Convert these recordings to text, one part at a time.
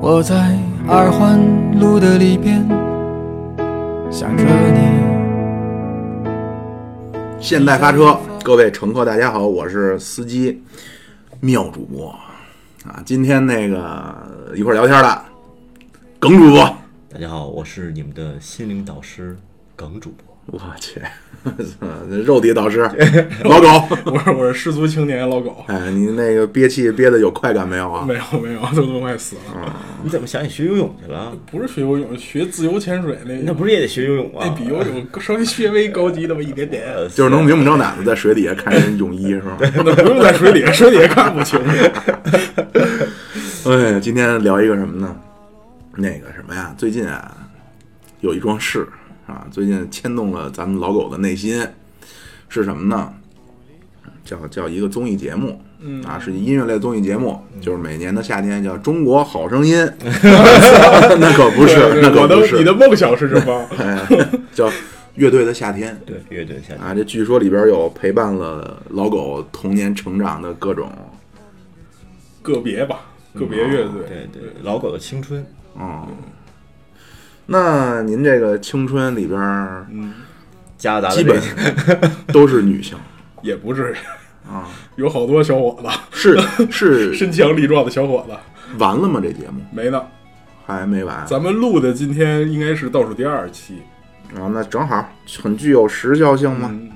走在二环路的里边，想着你。现代发车，各位乘客，大家好，我是司机妙主播啊。今天那个一块儿聊天的耿主播，大家好，我是你们的心灵导师耿主播。我去， 肉体导 师老狗，我是我是失足青年老狗，哎，你那个憋气憋的有快感没有啊没？有没有，都都快死嗯了。你怎么想起学游泳去了？不是学游泳，学自由潜水那那不是也得学游泳啊？那哎比游泳稍微略微高级那么一点点，呃就是能明目张胆的在水底下看人泳衣是吧？那不用在水底下，水底下看不清。哎，今天聊一个什么呢？那个什么呀，最近啊，有一桩事啊，最近牵动了咱们老狗的内心，是什么呢？叫叫一个综艺节目，嗯啊，是一音乐类综艺节目，就是每年的夏天叫《中国好声音》， 那可不是，那我可不的是，你的梦想是什么？ 哎叫乐队的夏天 对乐队夏天，啊，这据说里边有陪伴了老狗童年成长的各种个别吧，个别乐嗯队。对对，老狗的青春，哦，那您这个青春里边儿夹杂基的本这都是女性，也不至于啊，有好多小伙子，是嗯是身强力壮的小伙子。完了吗？这节目没呢，还没完。咱们录的今天应该是倒数第二期，啊，那正好很具有时效性嘛。嗯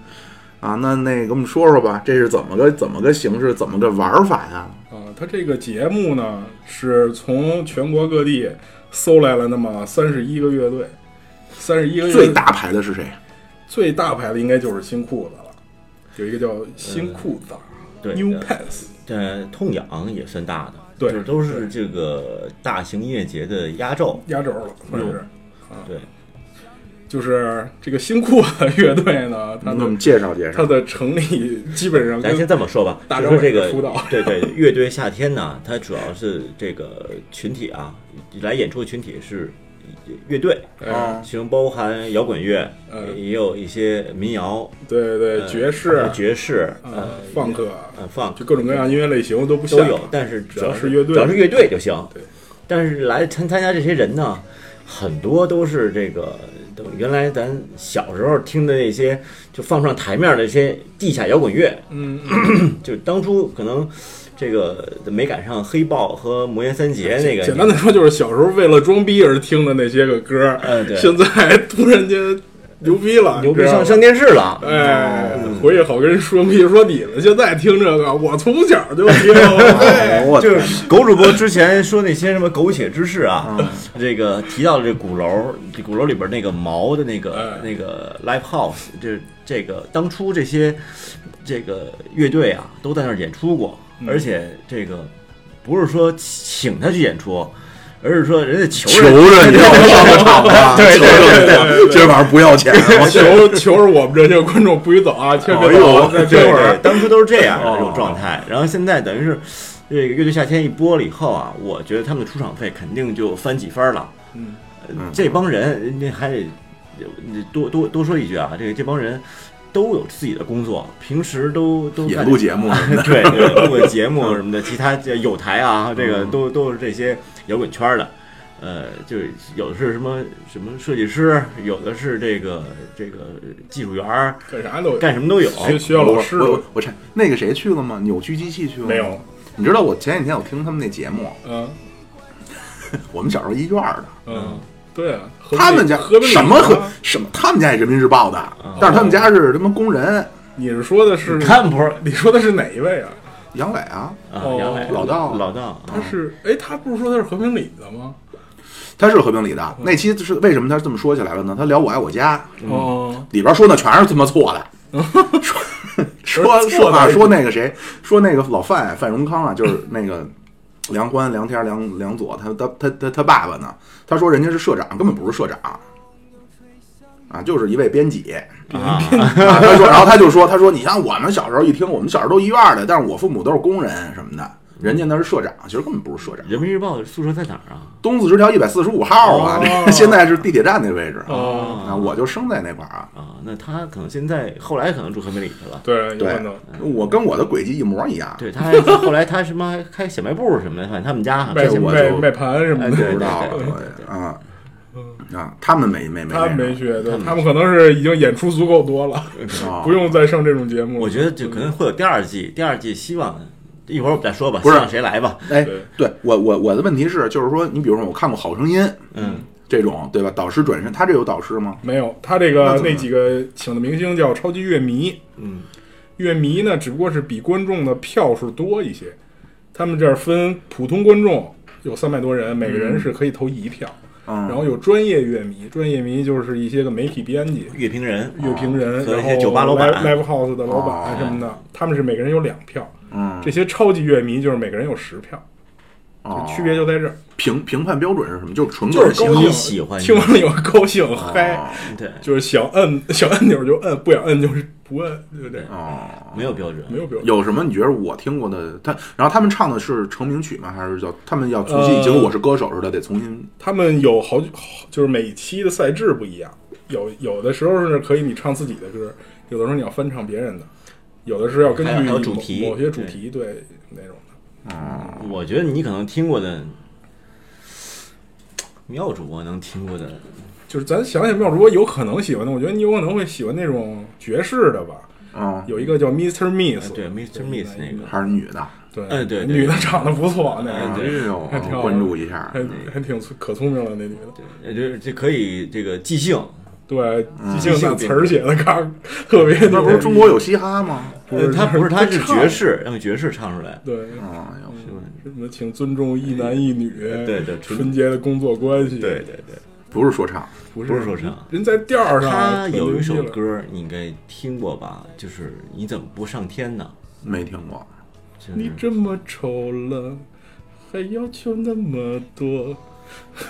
啊，那那给我们说说吧，这是怎么个怎么个形式，怎么个玩法呀？啊，他这个节目呢，是从全国各地搜来了那么三十一个乐队，三十一个乐队最大牌的是谁？最大牌的应该就是新裤子了，有一个叫新裤子、对 New 呃 Pants，呃，痛痒也算大的，对就是都是这个大型音乐节的压轴。压轴了，算是。啊对，就是这个新裤子乐队呢，它能给我的们介绍介它绍？的成立基本上咱跟先这么说吧，大就张是伟这个的出道 对对，乐队夏天呢，它主要是这个群体啊，来演出的群体是乐队，哦哎，其中包含摇滚乐，嗯也有一些民谣、对对呃爵士、爵士、呃呃、放克，呃放就各种各样音乐类型都不都像有，但是只要是乐队只要是乐队就行。对，但是来参参加这些人呢，很多都是这个都原来咱小时候听的那些，就放上台面的一些地下摇滚乐，嗯， 就当初可能这个没赶上黑豹和魔岩三杰那个简单的说就是小时候为了装逼而听的那些个歌，嗯对现在突然间牛逼了，牛逼你知道上吗上电视了。哎，回去好跟人说明说你们现在听这个，我从小就听。哎我就是 狗主播之前说那些什么苟且之事啊，这个提到了这鼓楼，这鼓楼里边那个毛的那个哎那个 live house，这这个当初这些这个乐队啊都在那儿演出过，而且这个不是说请他去演出，而是说人家求 求人着你让我上个场吧，对求对着对对你，对今儿晚上不要钱，啊我去。求求着我们这些观众不许走啊，切哎别走 啊，再听对会对儿，。当初都是这样的哦这种状态，然后现在等于是这个乐队夏天一播了以后啊，我觉得他们的出场费肯定就翻几番了。嗯呃，这帮人人家还得你多多多说一句啊，这个这帮人都有自己的工作，平时都都也干录节目什么的， 对对，录个节目什么的，其他这有台啊，这嗯个都都是这些摇滚圈的，呃，就是有的是什么什么设计师，有的是这个这个技术员儿，干啥都有干什么都有。学学校我老师我我我差那个谁去了吗？扭曲机器去了吗没有？？你知道我前几天我听他们那节目，啊嗯我们小时候一院儿的，嗯，对啊，河北他们家河北啊什么和和什么？他们家也人民日报的，但是他们家是他妈工人，啊你是说的是看不是你说的是哪一位啊？杨磊啊，啊哦，杨磊老道老道，他是哎，他不是说他是和平里的吗？他是和平里的。那期是为什么他这么说起来了呢？他聊《我爱我家哦》，里边说的全是他妈错的。说说说啊，说那个谁，说那个老范范荣康啊，就是那个梁欢、梁天、梁梁左，他他他他他爸爸呢？他说人家是社长，根本不是社长，啊，就是一位编辑。啊，啊他说，然后他就说，他说，你像我们小时候一听，我们小时候都一院儿的，但是我父母都是工人什么的。人家那是社长，其实根本不是社长。人民日报宿舍在哪儿啊？东四十条一百四十五号啊，哦这现在是地铁站那位置啊。哦啊，我就生在那块儿啊。啊，那他可能现在后来可能住和平里去了。对，有对可能我跟我的轨迹一模一样，对他还后来他什么还开小卖部什么的，反正他们家好像卖开小卖我卖就卖盘什么哎的不对，知道了我啊啊，他们没没没他们没去去，对他们他们可能是已经演出足够多了，啊，不用再上这种节目了。我觉得就可能会有第二季，第二季希望一会儿我们再说吧，不是希望谁来吧。哎对，对我我我的问题是，就是说，你比如说我看过《好声音》嗯，这种，对吧？导师转身，他这有导师吗？没有，他这那个怎么那几个请的明星叫超级乐迷，嗯，乐迷呢只不过是比观众的票数多一些。他们这儿分普通观众有三百多人，每嗯个人是可以投一票，嗯，啊然后有专业乐迷，专业乐迷就是一些个媒体编辑、乐评人，啊乐评人，和然一后些酒吧老板啊 live- live house 的老板哦什么的，他们是每个人有两票。嗯，这些超级乐迷就是每个人有十票，哦区别就在这儿，评评判标准是什么？就是纯个就人是喜高好喜欢兴，啊听完了以后高兴嗨。哦对，就是想摁 想按钮就摁，不想摁就是不摁，就这样，哦，没有标准，没有标准。有什么你觉得我听过的？他然后他们唱的是成名曲吗？还是叫他们要重新呃就跟《我是歌手》似的，得重新他们有好几，好就是每一期的赛制不一样，有有的时候是可以你唱自己的歌，有的时候你要翻唱别人的，有的是要根还有据还有某主题某些主题对那种的。我觉得你可能听过的，妙主播能听过的，就是咱想想妙主播有可能喜欢的，我觉得你有可能会喜欢那种爵士的吧。嗯，有一个叫 Mr. Miss，嗯呃对，Mr. Miss 那个还是女的？对，嗯对对女的长得不错，那嗯个哎对呦还挺好玩关注一下，还还挺聪可聪明了，那女的。呃，这这可以这个即兴，对，即即兴兴那编词儿写的嘎，特别那牛不是中国有嘻哈吗？呃，他嗯 不是他是唱爵士，让爵士唱出来，对，嗯，哎呦是吧？什么请尊重一男一女，对对纯纯洁的工作关系，对，对对，不是说唱，不不是是说唱。人在调儿上，他有一首可牛逼了，歌你应该听过吧？就是你怎么不上天呢？没听过。就是你这么丑了，还要求那么多，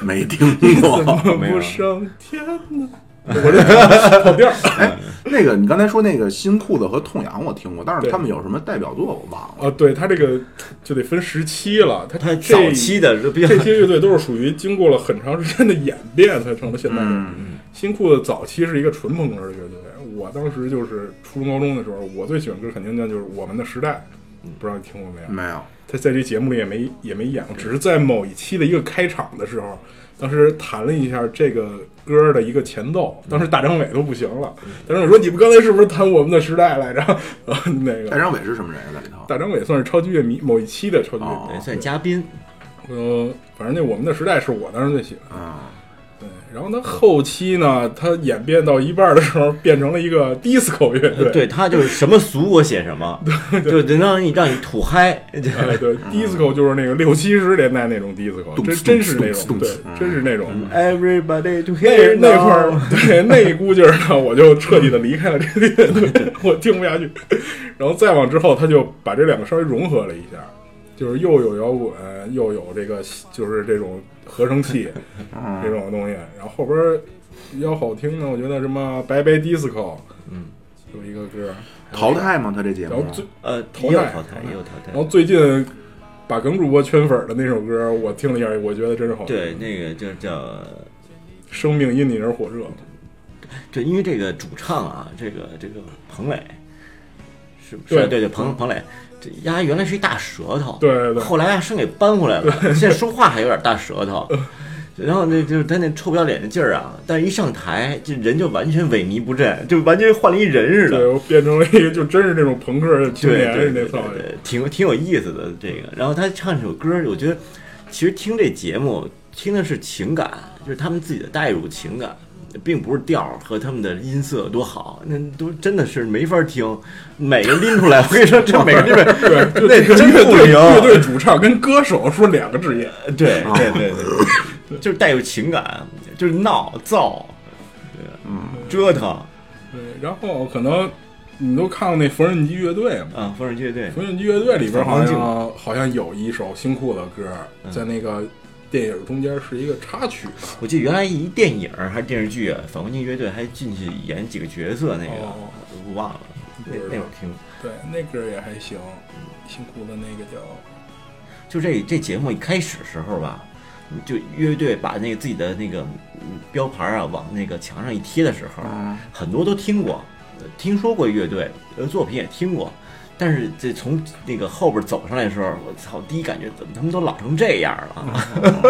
没听你怎么过。 没有啊不上天呢？我这跑调儿， 哎，那个你刚才说那个新裤子和痛痒我听过，但是对他们有什么代表作我忘了。啊，对他这个就得分时期了，他他他早期的这比较这些乐队都是属于经过了很长时间的演变才成了现在的。嗯，新裤子早期是一个纯朋克的乐队，我当时就是初中高中的时候，我最喜欢歌肯定那就是《我们的时代》，不知道你听过没有？嗯没有。他在这节目里也没也没演过，只是在某一期的一个开场的时候，当时谈了一下这个歌的一个前奏，当时大张伟都不行了，嗯大张伟说：“你们刚才是不是谈《我们的时代》来着？”啊，那戴个张伟是什么人啊在里头？大张伟算是超级乐迷某一期的超级乐迷，哦对算嘉宾，嗯、反正那《我们的时代》是我当时最喜欢的。啊，对，然后他后期呢，他演变到一半的时候，变成了一个 disco 乐队。呃对他就是什么俗我写什 么，就能让你让你土嗨，就哎对，disco 就是那个六七十年代那种 disco，动真次真是那动种，次动对次嗯，真是那种。 Everybody to 那 hear 那块儿 now，对那一股劲儿呢，我就彻底的离开了这个乐队，我听不下去。然后再往之后，他就把这两个稍微融合了一下，就是又有摇滚，又有这个就是这种合成器这嗯种东西。然后后边儿比较好听的，我觉得什么《白白 disco》，嗯，有一个歌。淘汰吗？他这节嗯然后目？最呃，淘汰也有淘汰淘汰，也有淘然后汰。最近把耿主播圈粉儿的那首歌，我听了一下，我觉得真是好听。对，，那个就叫，生命因你而火热。对，因为这个主唱啊，这个这个彭磊，是不对是？对对，彭彭磊，这丫原来是一大舌头，对对对后来啊生给搬回来了，现在说话还有点大舌头。然后那就是他那臭不要脸的劲儿啊，但是一上台，这人就完全萎靡不振，就完全换了一人似的对，。我变成了一个就真是那种朋克青对年对是对那对造对型。挺挺有意思的这个。然后他唱这首歌，我觉得其实听这节目听的是情感，就是他们自己的代入情感，并不是调儿和他们的音色多好，那都真的是没法听。每个拎出来，我跟你说，这每个地方。 对，就那这个真乐不队行乐队主唱跟歌手说两个职业，对对对对，就是带有情感，就是闹造，对，嗯折腾对，然后可能你都看过那缝纫机乐队嘛？啊，风儿乐队缝纫机乐队里边好反像好像有一首新裤子歌，在那个电影中间是一个插曲吧。我记得原来一电影儿还是电视剧啊，反光镜乐队还进去演几个角色，那个、哦我忘了，那不知道那会儿听对，那歌也还行。新裤子那个叫就这这节目一开始时候吧，就乐队把那个自己的那个嗯标牌啊往那个墙上一贴的时哦候，啊，很多都听过，呃听说过乐队，呃，作品也听过，但是这从那个后边走上来的时候，我操，第一感觉怎么他们都老成这样了 啊？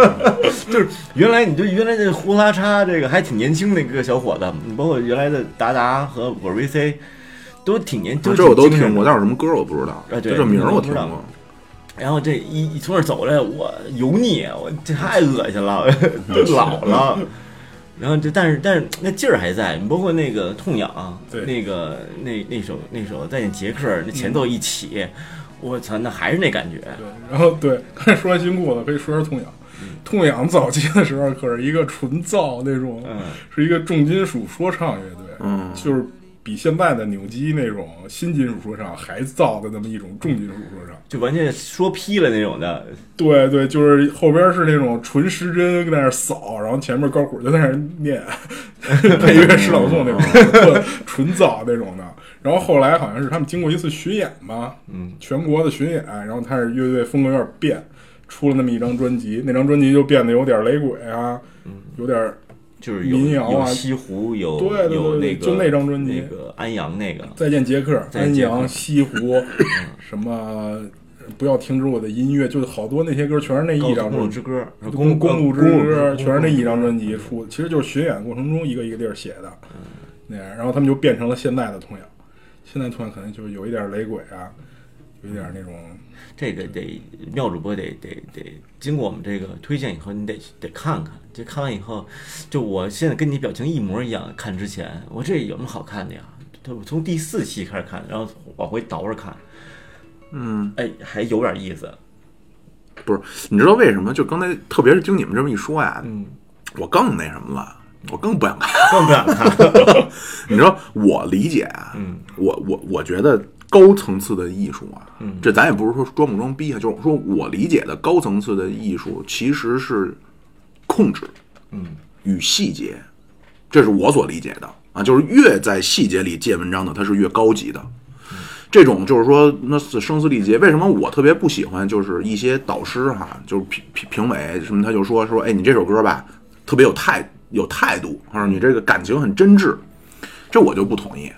就是原来你对原来这呼啦叉这个还挺年轻的一个小伙子，你包括原来的达达和我 V C，都挺年，都这我都挺精听神过，的但是什么歌我不知道，啊对就这名儿我听我不知过道。然后这一一从这儿走来，我油腻，我这太恶心了，都 嗯老了。然后这但是但是那劲儿还在，你包括那个痛痒，啊对那个那那首那首再见杰克儿那前奏一起，我操，那还是那感觉。对，然后对，刚才说完新裤子，可以说说痛痒。痛痒早期的时候可是一个纯造那种，嗯是一个重金属说唱乐队，嗯就是比现在的扭机那种新金属说唱还造的那么一种重金属说唱。就完全说劈了那种的，对对，就是后边是那种纯失真跟那儿扫，然后前面高虎就在那儿念 配乐诗朗诵那种，纯造那种的。然后后来好像是他们经过一次巡演吧，嗯，全国的巡演，然后开始乐队风格有点变，出了那么一张专辑，那张专辑就变得有点雷鬼啊，有点就是有民谣啊有西湖，有对对对有对那个就那张专辑那个安阳那个，再见杰克、再见安杰克阳、西湖，什么不要停止我的音乐，就好多那些歌全是那高一速张公路专辑。之歌，公公路之歌，全是那一张专辑。辑出的，其实就是巡演过程中一个一个地儿写的，那样，然后他们就变成了现在的童谣，现在童谣可能就是有一点雷鬼啊，有一点那种，这个得妙主播得得得经过我们这个推荐以后，你得得看看。这看完以后，就我现在跟你表情一模一样。看之前，我这有什么好看的呀？对，我从第四期开始看，然后往回倒着看，嗯，哎，还有点意思。不是，你知道为什么？就刚才，特别是经你们这么一说呀，嗯，我更那什么了，我更不想看。更不想看。你知道我理解啊，嗯我我我觉得高层次的艺术啊，嗯这咱也不是说装不装逼啊，就是说我理解的高层次的艺术其实是控制嗯与细节，这是我所理解的啊，就是越在细节里借文章的，它是越高级的。嗯这种就是说，那是声嘶力竭。为什么我特别不喜欢？就是一些导师哈，就是评评评委什么，他就说说，哎，你这首歌吧，特别有态有态度，或者你这个感情很真挚，这我就不同意。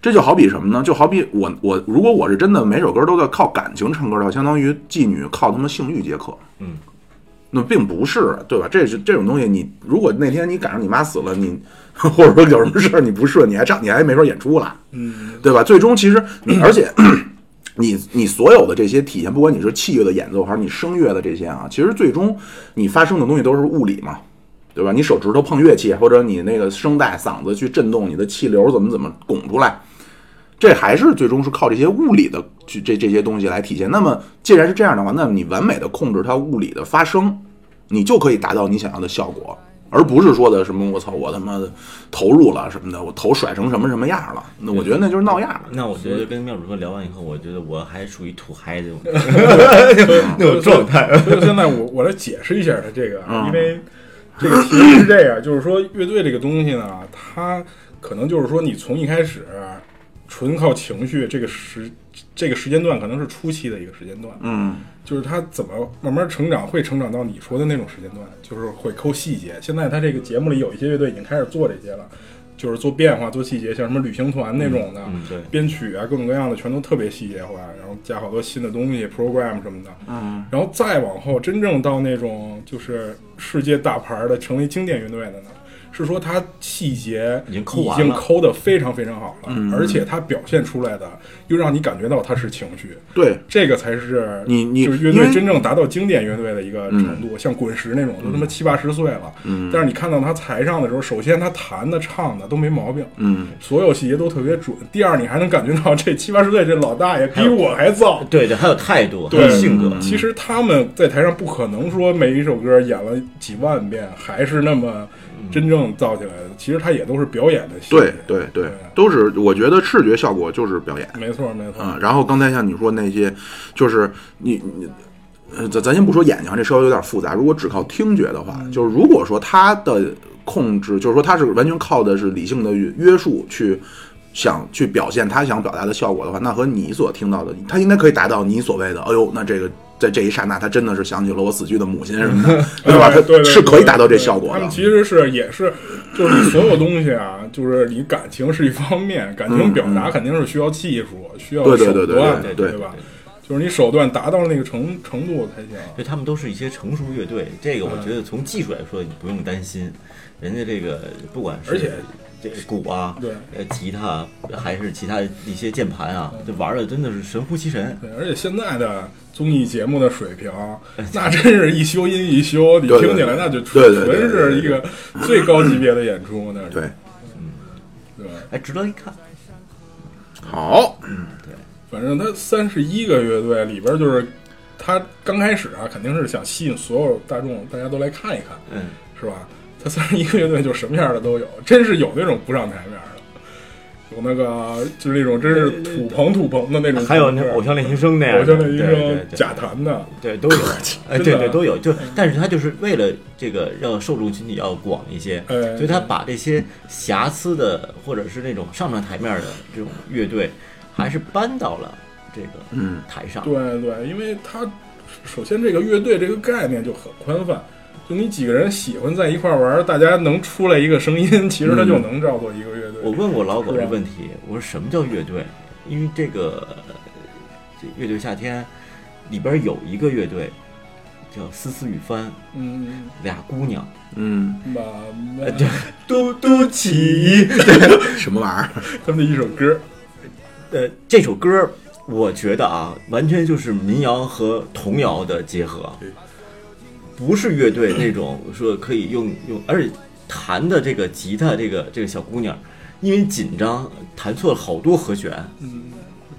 这就好比什么呢？就好比我我如果我是真的每首歌都在靠感情唱歌的话，相当于妓女靠他妈性欲解渴。嗯，那并不是，对吧？这是这种东西你，如果那天你赶上你妈死了，你 或者说有什么事儿你不顺，你还唱，你还没法演出了，嗯，对吧？最终其实你，而且 你你所有的这些体现，不管你是器乐的演奏还是你声乐的这些啊，其实最终你发生的东西都是物理嘛，对吧？你手指头碰乐器，或者你那个声带、嗓子去震动你的气流，怎么怎么拱出来，这还是最终是靠这些物理的这这这些东西来体现。那么既然是这样的话，那么你完美的控制它物理的发生，你就可以达到你想要的效果，而不是说的什么我操我他妈的投入了什么的，我头甩成什么什么样了。那我觉得那就是闹样了。 那我觉得跟妙主播聊完以后，我觉得我还属于土嗨这种。嗯那种状态。所以现在我我来解释一下他这个啊，因为这个其实是这样，就是说乐队这个东西呢，它可能就是说你从一开始纯靠情绪，这个时这个时间段可能是初期的一个时间段，嗯，就是他怎么慢慢成长，会成长到你说的那种时间段，就是会抠细节。现在他这个节目里有一些乐队已经开始做这些了，就是做变化、做细节，像什么旅行团那种的，嗯，对，编曲啊，各种各样的全都特别细节化，然后加好多新的东西，program 什么的。嗯，然后再往后，真正到那种就是世界大牌的成为经典乐队的呢，是说它细节已经抠完了嗯抠的非常非常好了，而且它表现出来的又让你感觉到它是情绪。对，这个才是你你就是乐因队为嗯真正达到经典乐队的一个程度，像滚石那种都他妈七八十岁了，但是你看到他台上的时候，首先他弹的唱的都没毛病，嗯，所有细节都特别准。第二，你还能感觉到这七八十岁这老大爷比我还燥。 对对，还嗯有态度，还对有性格，其实他们在台上不可能说每一首歌演了几万遍还是那么真正造起来的，其实他也都是表演的细节嗯对对对，都是我觉得视觉效果就是表演。没错没错，嗯，然后刚才像你说那些，就是你你，呃，咱咱先不说眼睛啊，这稍微有点复杂。如果只靠听觉的嗯话，就是如果说它的控制，就是说它是完全靠的是理性的约约束去想去表现他想表达的效果的话，那和你所听到的，他应该可以达到你所谓的，哎呦，那这个在这一刹那，他真的是想起了我死去的母亲什么 的，对吧？哎对对他对是可以达到这对效果他们的。其实是也是，就是你所有东西啊，就是你感情是一方面，感情表达肯定是需要技术，需要嗯对对手对对段对的，对吧？就是你手段达到那个程程度才行。所以他们都是一些成熟乐队，这个嗯我觉得从技术来说你不用担心，人家这个不管是而且这个鼓啊，对呃，吉他啊还是其他的一些键盘啊，嗯这玩的真的是神乎其神。对，而且现在的综艺节目的水 平，那真是一修音一修，你对对听起来对那就对对对纯对对是一个最高级别的演出，那是对，对吧。哎，值得一看。好，反正他三十一个乐队里边，就是他刚开始啊，肯定是想吸引所有大众，大家都来看一看，嗯，是吧？他三十一个乐队就什么样的都有，真是有那种不上台面的，有那个就是那种真是土棚土棚的那种，还有那偶像练习生那样的，偶像练习对对生对假弹的，对都有，哎，真的嗯对对都有，就但是他就是为了这个让受众群体要广一些，哎所以他把这些瑕疵的或者是那种上不上台面的这种乐队，还是搬到了这个嗯台上。对对，因为他首先这个乐队这个概念就很宽泛，就你几个人喜欢在一块儿玩，大家能出来一个声音，其实他就能照做一个乐队。嗯我问过老狗是这吧问题，我说什么叫乐队？因为这个呃这乐队夏天里边有一个乐队叫思思雨帆，嗯，俩姑娘，嗯，妈妈， 嘟嘟起。什么玩意儿？他们的一首歌，呃，这首歌我觉得啊，完全就是民谣和童谣的结合，不是乐队那种说可以用用，而且弹的这个吉他，这个这个小姑娘，因为紧张弹错了好多和弦，嗯，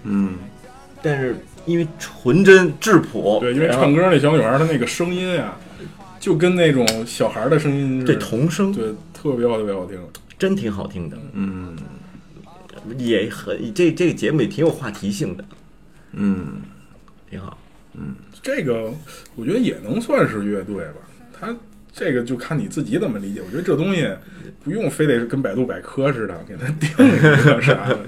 嗯，但是因为纯真质朴，对，因为哦然后唱歌那小女孩她那个声音啊，就跟那种小孩的声嗯音对是，童声对，特别好，特别好听。真挺好听的，嗯，也很这这个节目也挺有话题性的，嗯，挺好。这个我觉得也能算是乐队吧，它这个就看你自己怎么理解。我觉得这东西不用非得跟百度百科似的给它定一个啥的，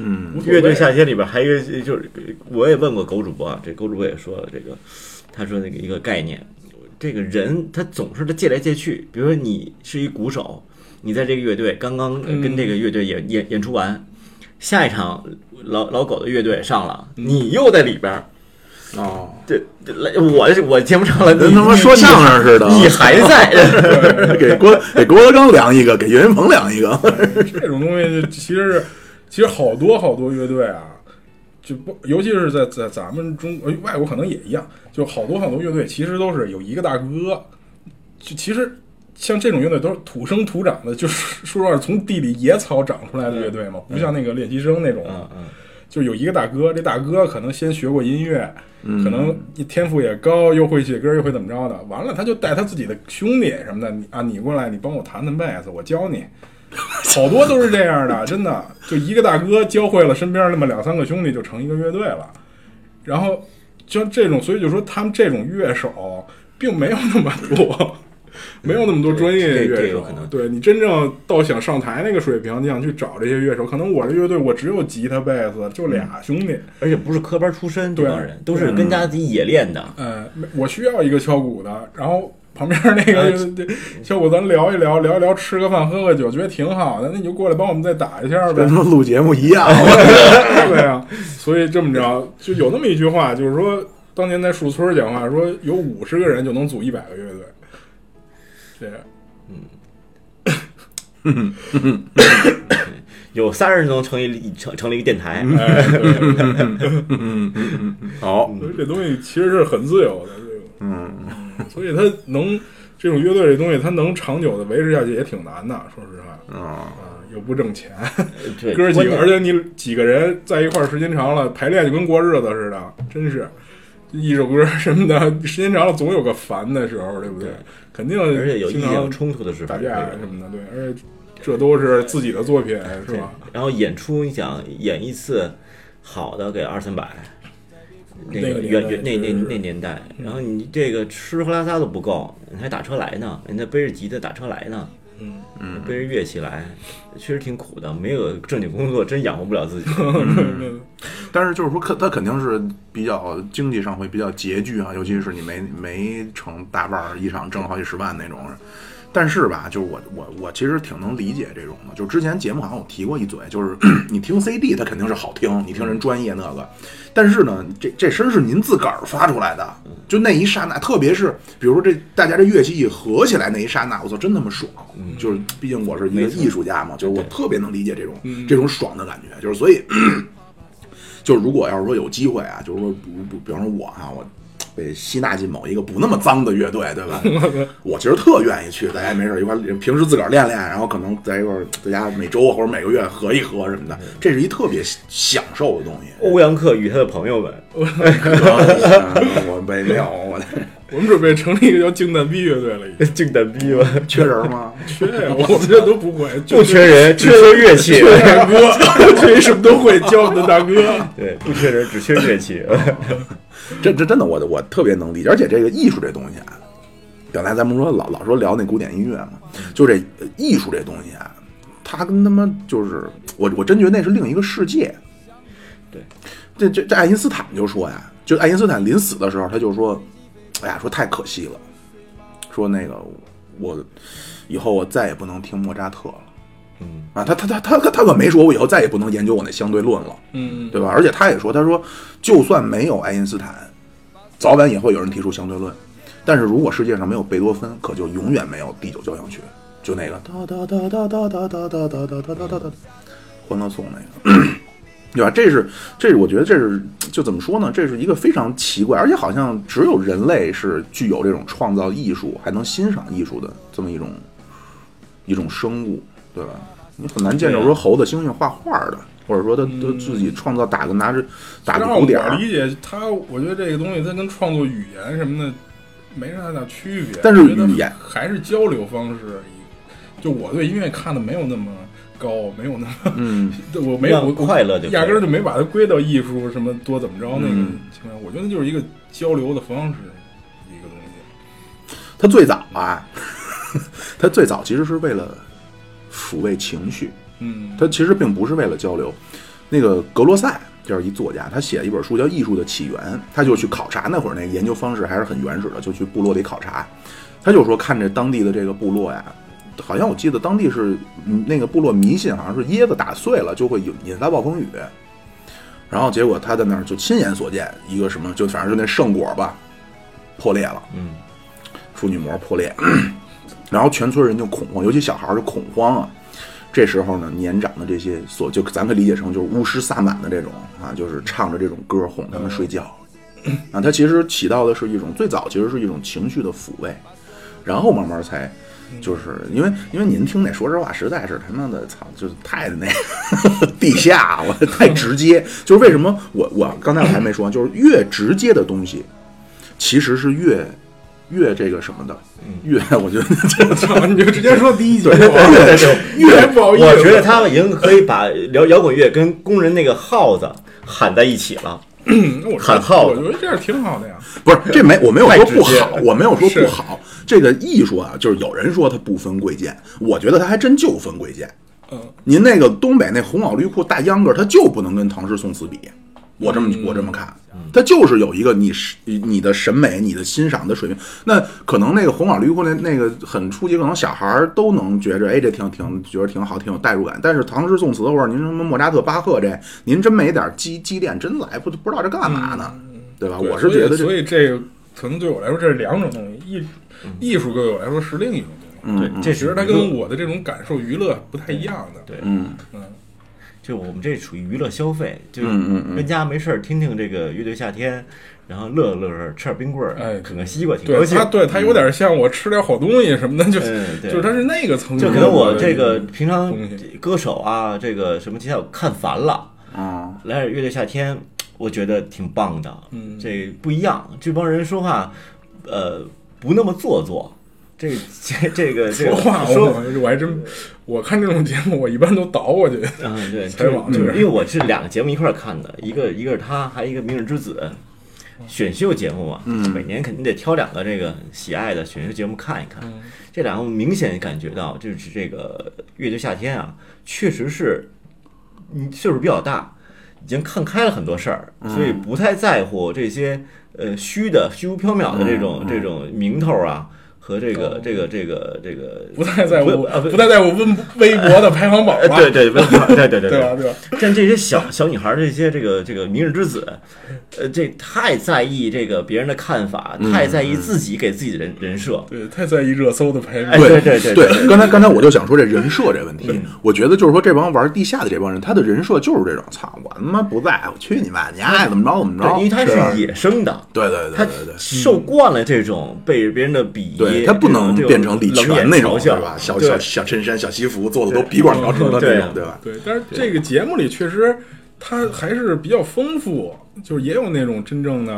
嗯，无所谓乐队夏天里边还有一个就是，我也问过狗主播啊，这狗主播也说了这个，他说那个一个概念，这个人他总是他借来借去，比如说你是一鼓手，你在这个乐队刚刚嗯跟这个乐队演演演出完，下一场老老狗的乐队上了，你又在里边儿，嗯哦，这这来我我节目上了，跟你他妈说相声似的，你还在， 给郭给郭德纲量一个，给岳云鹏量一个。这种东西其实是，其实好多好多乐队啊，就不，尤其是在在咱们中国、呃外国可能也一样，就好多好多乐队其实都是有一个大哥，就其实像这种乐队都是土生土长的，就是说实话，从地里野草长出来的乐队嘛，不像那个练习生那种的，嗯就有一个大哥，这大哥可能先学过音乐，可能天赋也高，又会写歌，又会怎么着的。完了，他就带他自己的兄弟什么的，你啊，你过来，你帮我弹弹贝斯，我教你。 好多都是这样的，真的，就一个大哥教会了身边那么两三个兄弟，就成一个乐队了。然后像这种，所以就说他们这种乐手并没有那么多，没有那么多专业这这乐有手可能。对你真正到想上台那个水平，你想去找这些乐手，可能我这乐队我只有吉他、贝斯，就俩兄弟。而且不是科班出身，这对嗯帮人都是跟家自己野练的，呃，我需要一个敲鼓的，然后旁边那啊个、敲鼓，咱聊一聊，聊一聊，吃个饭，喝个酒，觉得挺好的，那你就过来帮我们再打一下呗跟他。们录节目一样，对啊， 所以这么着，就有那么一句话，就是说，当年在树村讲话说，有五十个人就能组一百个乐队，这样。有仨人能成立成成立一个电台，哎，对哦好， 所 以这东西其实是很自由的，这个，嗯，所以它能这种乐队这东西，它能长久的维持下去也挺难的，说实话，啊，啊，又不挣 钱，呃对，哥儿几关个，键而且你几个人在一块儿时间长了，排练就跟过日子似的，真是。一首歌什么的，时间长了总有个烦的时候，对不对？肯定而且有意经见有常冲突的时候，打这架个什么的，对，而且这都是自己的作品，是吧？然后演出，你想演一次好的给二三百，那那个个远年代远那那确实是那年代，然后你这个吃喝拉撒都不够，你还打车来呢，人家背着吉他打车来呢，嗯，背着乐器来，确实挺苦的，没有正经工作真养活不了自己。但是就是说，肯他肯定是比较经济上会比较拮据啊，尤其是你没没成大腕儿，一场挣好几十万那种。但是吧，就是我我我其实挺能理解这种的。就之前节目好像我提过一嘴，就是 你听 CD 它肯定是好听，你听人专业那个，但是呢，这这声是您自个儿发出来的，就那一刹那，特别是比如说这大家这乐器一合起来那一刹那，我操，真他妈爽！就是毕竟我是一个艺术家嘛，就是我特别能理解这种这种爽的感觉，就是所以。 就是如果要是说有机会啊，就是说不不，比方说我哈、我被吸纳进某一个不那么脏的乐队，对吧？我其实特愿意去，大家没事儿一块儿平时自个儿练练，然后可能在一块儿大家每周或者每个月合一合什么的，这是一特别享受的东西。 欧阳克与他的朋友们， 我没没有，我我们准备成立一个叫静蛋逼乐队了，已 经。净蛋逼吧， 缺人吗？缺呀，我们这都不会， 不缺人，只缺乐器。大哥，这什么都会教我们的大哥。 对，不缺人，只缺乐器。这这真的我我特别能理解，而且这个艺术这东西啊，刚才咱们说老老说聊那古典音乐嘛，就这呃艺术这东西啊，它跟他妈就是我我真觉得那是另一个世界。对，这这这爱因斯坦就说呀，就爱因斯坦临死的时候，他就说，哎呀，说太可惜了，说那个我以后我再也不能听莫扎特了。嗯啊，他他他他他可没说，我以后再也不能研究我那相对论了。嗯，对吧？而且他也说，他说就算没有爱因斯坦，早晚也会有人提出相对论。但是如果世界上没有贝多芬，可就永远没有第九交响曲，就那个哒哒哒哒哒哒哒哒哒哒哒哒哒哒，欢乐颂那个，对吧？这是这是我觉得这是就怎么说呢？这是一个非常奇怪，而且好像只有人类是具有这种创造艺术，还能欣赏艺术的这么一种一种生物，对吧？你很难啊见着说猴子、猩猩画画的，或者说他他自己创造打个拿着打个让鼓点儿我。理解他，我觉得这个东西它跟创作语言什么的没啥太大区别，但是我觉得语言还是交流方式而已。就我对音乐看的没有那么高，没有那么， 嗯，我没有让我我快乐就可以压根儿就没把它归到艺术什么多怎么着那个嗯情况。我觉得就是一个交流的方式，一个东西。他最早啊， 他最早其实是为了抚慰情绪， 嗯，他其实并不是为了交流。那个格罗塞就是一作家，他写了一本书叫《艺术的起源》，他就去考察那会儿那个研究方式还是很原始的，就去部落里考察。他就说看这当地的这个部落呀，好像我记得当地是嗯那个部落迷信，好像是椰子打碎了就会引引发暴风雨。然后结果他在那儿就亲眼所见一个什么，就反正就那圣果吧破裂了，嗯，处女膜破裂， 然后全村人就恐慌，尤其小孩儿就恐慌啊。这时候呢，年长的这些所就咱可以理解成就是巫师萨满的这种啊，就是唱着这种歌哄他们睡觉啊。它其实起到的是一种最早其实是一种情绪的抚慰，然后慢慢才就是因为因为您听那说实话实在是他妈的操，就是太那 地下，我太直接。就是为什么我我刚才我还没说，就是越直接的东西其实是越越这个什么的，越我觉得这操，你就直接说第一 句，越是越不好意思。我觉得他们已经可以把摇摇滚乐跟工人那个号子喊在一起了。嗯那我觉得喊号我觉得这样挺好的呀。不是，这没我没有说不太直接好，我没有说是不好。这个艺术啊，就是有人说它不分贵贱，我觉得它还真就分贵贱。嗯，您那个东北那红袄绿裤大秧歌儿，它就不能跟唐诗宋词比，我这么我这么看，它就是有一个你是你的审美、你的欣赏的水平。那可能那个红袄绿裤那那个很初级，可能小孩儿都能觉着，哎，这挺挺觉得挺好，挺有代入感。但是唐诗宋词或者您什么莫扎特、巴赫这，您真没点儿积积淀，真来不不知道这干嘛呢，对啊吧？对我是觉得这所以所以这个可能对我来说这是两种东西，艺嗯艺术对我来说是另一种东西。对，这其实它跟我的这种感受娱乐不太一样的。嗯对嗯就我们这属于娱乐消费，就是嗯嗯嗯跟家没事儿听听这个乐队夏天，然后乐乐呵，吃点冰棍哎儿，啃个西瓜，挺高对兴它。对它有点像我吃点好东西什么的，就嗯对就是它是那个层面就的。可能我这个平常嗯东西歌手啊，这个什么其他我看烦了，啊，来点乐队夏天，我觉得挺棒的。嗯，这不一样，这帮人说话，呃，不那么做作。这这这个这个说话说我我还真我看这种节目，我一般都倒过去。嗯， 对，采就是访就是这是因为我是两个节目一块儿看的，一个一个是他，还有一个《明日之子》选秀节目嘛，嗯每年肯定得挑两个这个喜爱的选秀节目看一看。嗯这两个明显感觉到，就是这个《乐队夏天》啊，确实是，嗯，岁数比较大，已经看开了很多事儿，嗯所以不太在乎这些呃虚的、虚无缥缈的这嗯种这种名头啊和这个这个这个这个哦不太在乎，啊不太在乎微微博的排行榜呃吧？ 对对不对对对对啊吧？对吧？像这些小 小女孩儿，这些这个这个明日之子，呃，这太在意这个别人的看法，太在嗯意自己给自己的人人设。对，太在意热搜的排名哎。对对对对对嗯刚才刚才我就想说这人设这问题，我觉得就是说这帮玩地下的这帮人，他的人设就是这种，操，我他妈不在乎，去你妈，你爱怎么着怎么对，着，因为她是吧是野生的，对对她对对对。嗯受惯了这种被别人的鄙夷，对他不能这种变成李冷眼泉那种，嘲是笑吧？小对小小衬衫、小西服，做的都鼻管苗直的对那啊种，对吧？对，但是这个节目里确实，它还是比较丰富，就是也有那种真正的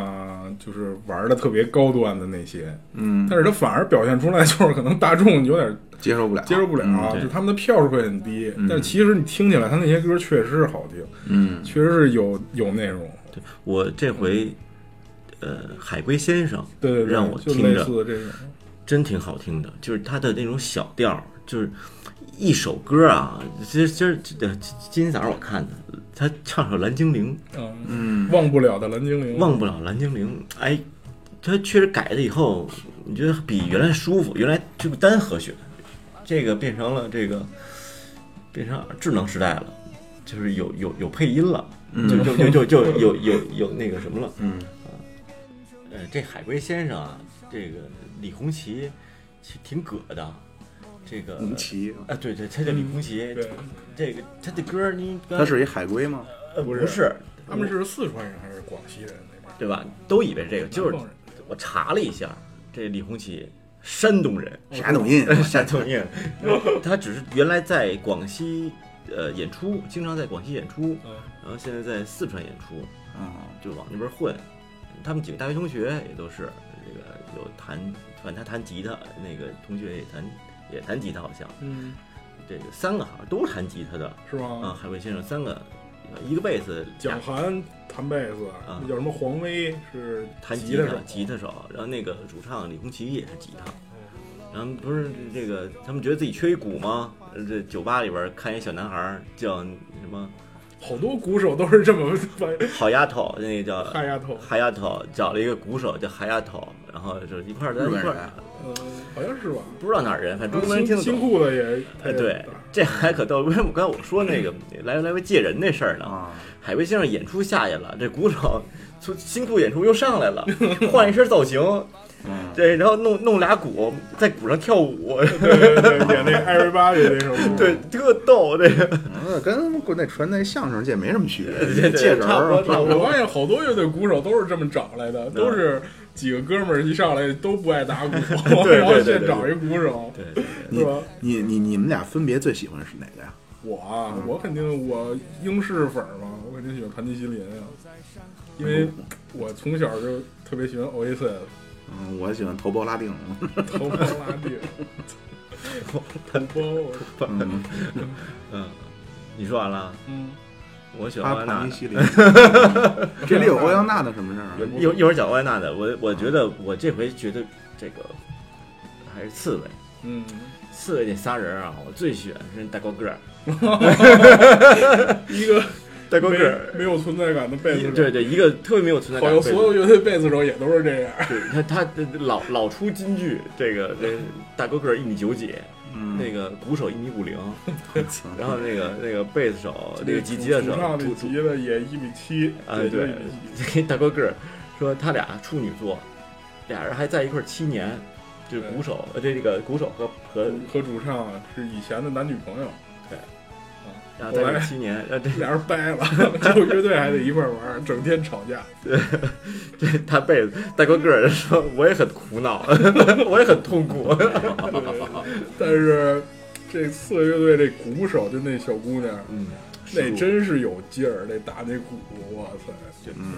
就是玩的特别高端的那些，嗯，但是它反而表现出来就是可能大众有点接受不了，嗯接受不了，啊啊嗯就他们的票数会很低，但其实你听起来，他那些歌确实是好听，嗯，确实是有有内容，我这回，呃，海龟先生，对对对，让我就听类着似这种，真挺好听的，就是他的那种小调儿，就是一首歌啊。其实今儿呃今天早上我看的，他唱首《蓝精灵嗯，忘不了的蓝精嗯灵，》，忘不了蓝精灵。哎，他确实改了以后，你觉得比原来舒服。原来这个单和弦，这个变成了这个变成智能时代了，就是有有有配音了，就就就 就就有有有那个什么了。嗯，呃，这海龟先生啊，这个李红旗其实挺葛的，这个红旗，啊，对对，他叫李红旗，嗯对，这个他的歌儿你刚他是一海归吗？呃不不是是他们是四川人还是广西人那边？对吧？都以为是这个，就是南方人我查了一下，这李红旗山东人，哦啥抖音？ 山东人，他只是原来在广西呃演出，经常在广西演出，嗯然后现在在四川演出，啊，就往那边混。他们几个大学同学也都是这个有弹，反正他弹吉他，那个同学也弹也弹吉他，好像嗯，这个三个好像都是弹吉他的是啊。吗？海龟先生三个，一个贝斯，蒋俩涵弹贝斯，啊那叫什么黄威是弹吉吉他他手，吉他手，然后那个主唱李红旗也是吉他。嗯然后不是这个，他们觉得自己缺一鼓吗？呃这酒吧里边看一小男孩儿叫什么好多鼓手都是这么翻好丫头，那个叫哈丫头，哈丫头，找了一个鼓手叫哈丫头，然后就是一块儿在日一本块人啊儿，嗯，好像是吧？不知道哪儿人，反正中国人听新得啊新懂。裤子也，哎，对，这还可逗。为什么刚才我说那个来来回借人那事儿呢？啊，海龟先生演出下去了，这鼓手从新裤演出又上来了，换一身造型，嗯，对，然后弄弄俩鼓在鼓上跳舞，对对对，演那个 Everybody 那首歌，对，特逗。这个嗯跟国内传那相声界没什么区 对别，对对借人差不多差儿不啊，多我发现好多乐队鼓手都是这么找来的，都是几个哥们儿一上来都不爱打鼓， 对 然后对现对找一鼓手，对对你是吧 你你你们俩分别最喜欢是哪个呀？我啊，嗯我肯定我英式粉儿嘛，我肯定喜欢盘尼西林啊，因为嗯我从小就特别喜欢 Oasis，嗯，我喜欢头孢拉丁，头发拉丁，头包，嗯，嗯，你说完了，嗯，我喜啊欢他欧帕尼阳娜。西 林，这里有欧阳娜的什么事儿啊？一会一会儿讲欧阳娜的，我我觉得我这回觉得这个还是刺猬，嗯，刺猬这仨人啊，我最喜欢是大高个儿，一个大高个没儿，没有存在感的贝斯手对，对，一个特别没有存在好感像的贝斯，所有乐队贝斯手也都是这样。对他他他老老出金句，这个这大高个儿一米九几，嗯，那个鼓手一米 五零， 操然后那个那个贝斯手那个吉吉的他手唱主那吉的也一米七，啊也就对一米七，这大高个儿说他俩处女座，俩人还在一块儿七年，就是鼓手呃这个鼓手和和和主唱是以前的男女朋友，然啊后在一块儿七年，呃然后这俩人掰了， 结果乐队还得一块儿玩儿，整天吵 架。这大被子大高个儿说我也很苦恼， 我也很痛苦，但是这刺猬乐队这鼓手就那小姑娘， 嗯，那真是有劲儿，那打那鼓，哇塞！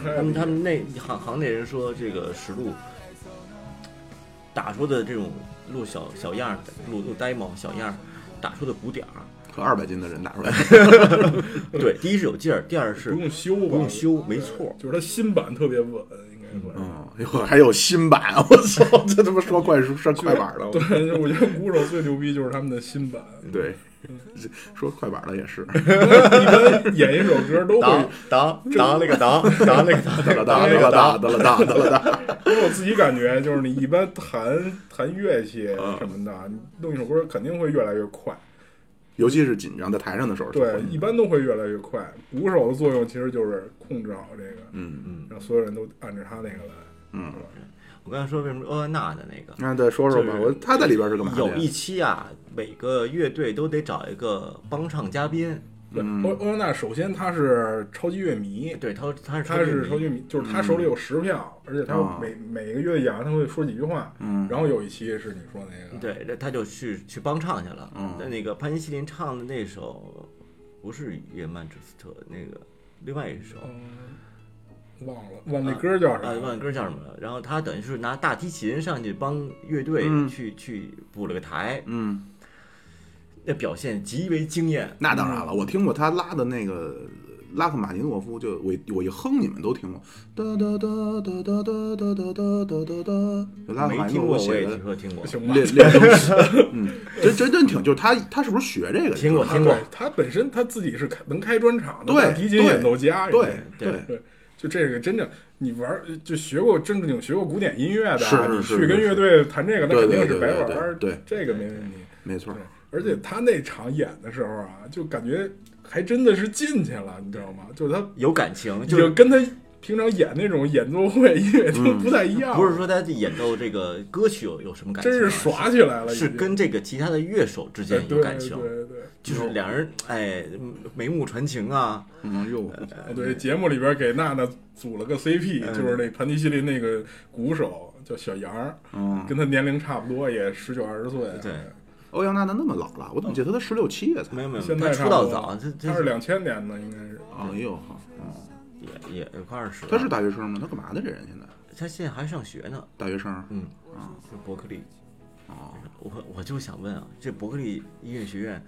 他们太厉害他们那行行内人说，这个石路打出的这种录小小样儿，录录 demo 小样儿打出的鼓点儿，和二百斤的人打出来， 对，第一是有劲儿，第二是不用修吧，不用修没错就是他新版特别稳，应该算是。嗯，哟，还有新版，我操， 这他妈说快 说说快板了，对，我觉得鼓手最牛逼就是他们的 新版，对， 说快板了也 是，一般演一首歌都会当当当那个当当那个当哒啦哒哒啦哒哒啦 哒哒啦哒，因为我自己感觉就是你一般弹弹乐器什么的，你弄一首歌肯定会越来越快，尤其是紧张在台上的时候，对，一般都会越来越快。鼓手的作用其实就是控制好这个，嗯嗯让所有人都按着他那个来。嗯，我刚才说为什么欧安娜的那个，那再说说吧，我他在里边是干嘛的呀？有一期啊，每个乐队都得找一个帮唱嘉宾，对嗯欧欧阳娜首先他是超级乐迷，对他他是他是超超级级乐迷，就是他手里有十票，而且他嗯啊每每个月演完他会说几句话，嗯然后有一期是你说那个，对，那他就去去帮唱去了。嗯那那个潘西林唱的那首不是《野曼彻斯特》，那个另外一首，嗯，忘了忘了那歌叫啥啊，哎忘了歌叫什么了。然后他等于是拿大提琴上去帮乐队嗯去、去补了个台，嗯，那表现极为惊艳。那当然了，我听过他拉的那个拉克马尼诺夫，就我一我一哼，你们都听过，哒哒哒哒哒哒哒哒哒哒哒，就拉克马没尼听诺过，夫我写也的听。说听过，行吧？练练东西， 嗯，真真真挺，就是他他是不是学这个的？听过啊听过对。他本身他自己是开能开专场的，对大提琴对演奏家，对对对，对，就这个真正你玩儿就学过正正经学过古典音乐的啊，是你是去跟是乐队弹这个，那对肯对定对是白对玩对儿，对这个没问题。没错对，，而且他那场演的时候啊，就感觉还真的是进去了，你知道吗？就是他有感情，就就是跟他平常演那种演奏会音乐厅不太一嗯样，不是说他演奏这个歌曲有有什么感情真啊，是耍起来了已经，是跟这个其他的乐手之间哎有感情，对对对。就是两人哎眉目传情啊，嗯哟，哦，对，节目里边给娜娜组了个 CP，、嗯就是那盘尼西林那个鼓手叫小杨儿，嗯，跟他年龄差不多，也十九二十岁。对，欧阳娜娜那么老了，我怎么记得她十六七呀啊才？没有没有，现他在出道差不多早，这这他是两千年的，应该是。哎呦，好嗯，也也也快二十了，他是大学生吗？他干嘛的？这人现在他现在还上学呢，大学生嗯，啊就伯克利，啊，，我我就想问啊，这伯克利音乐学院，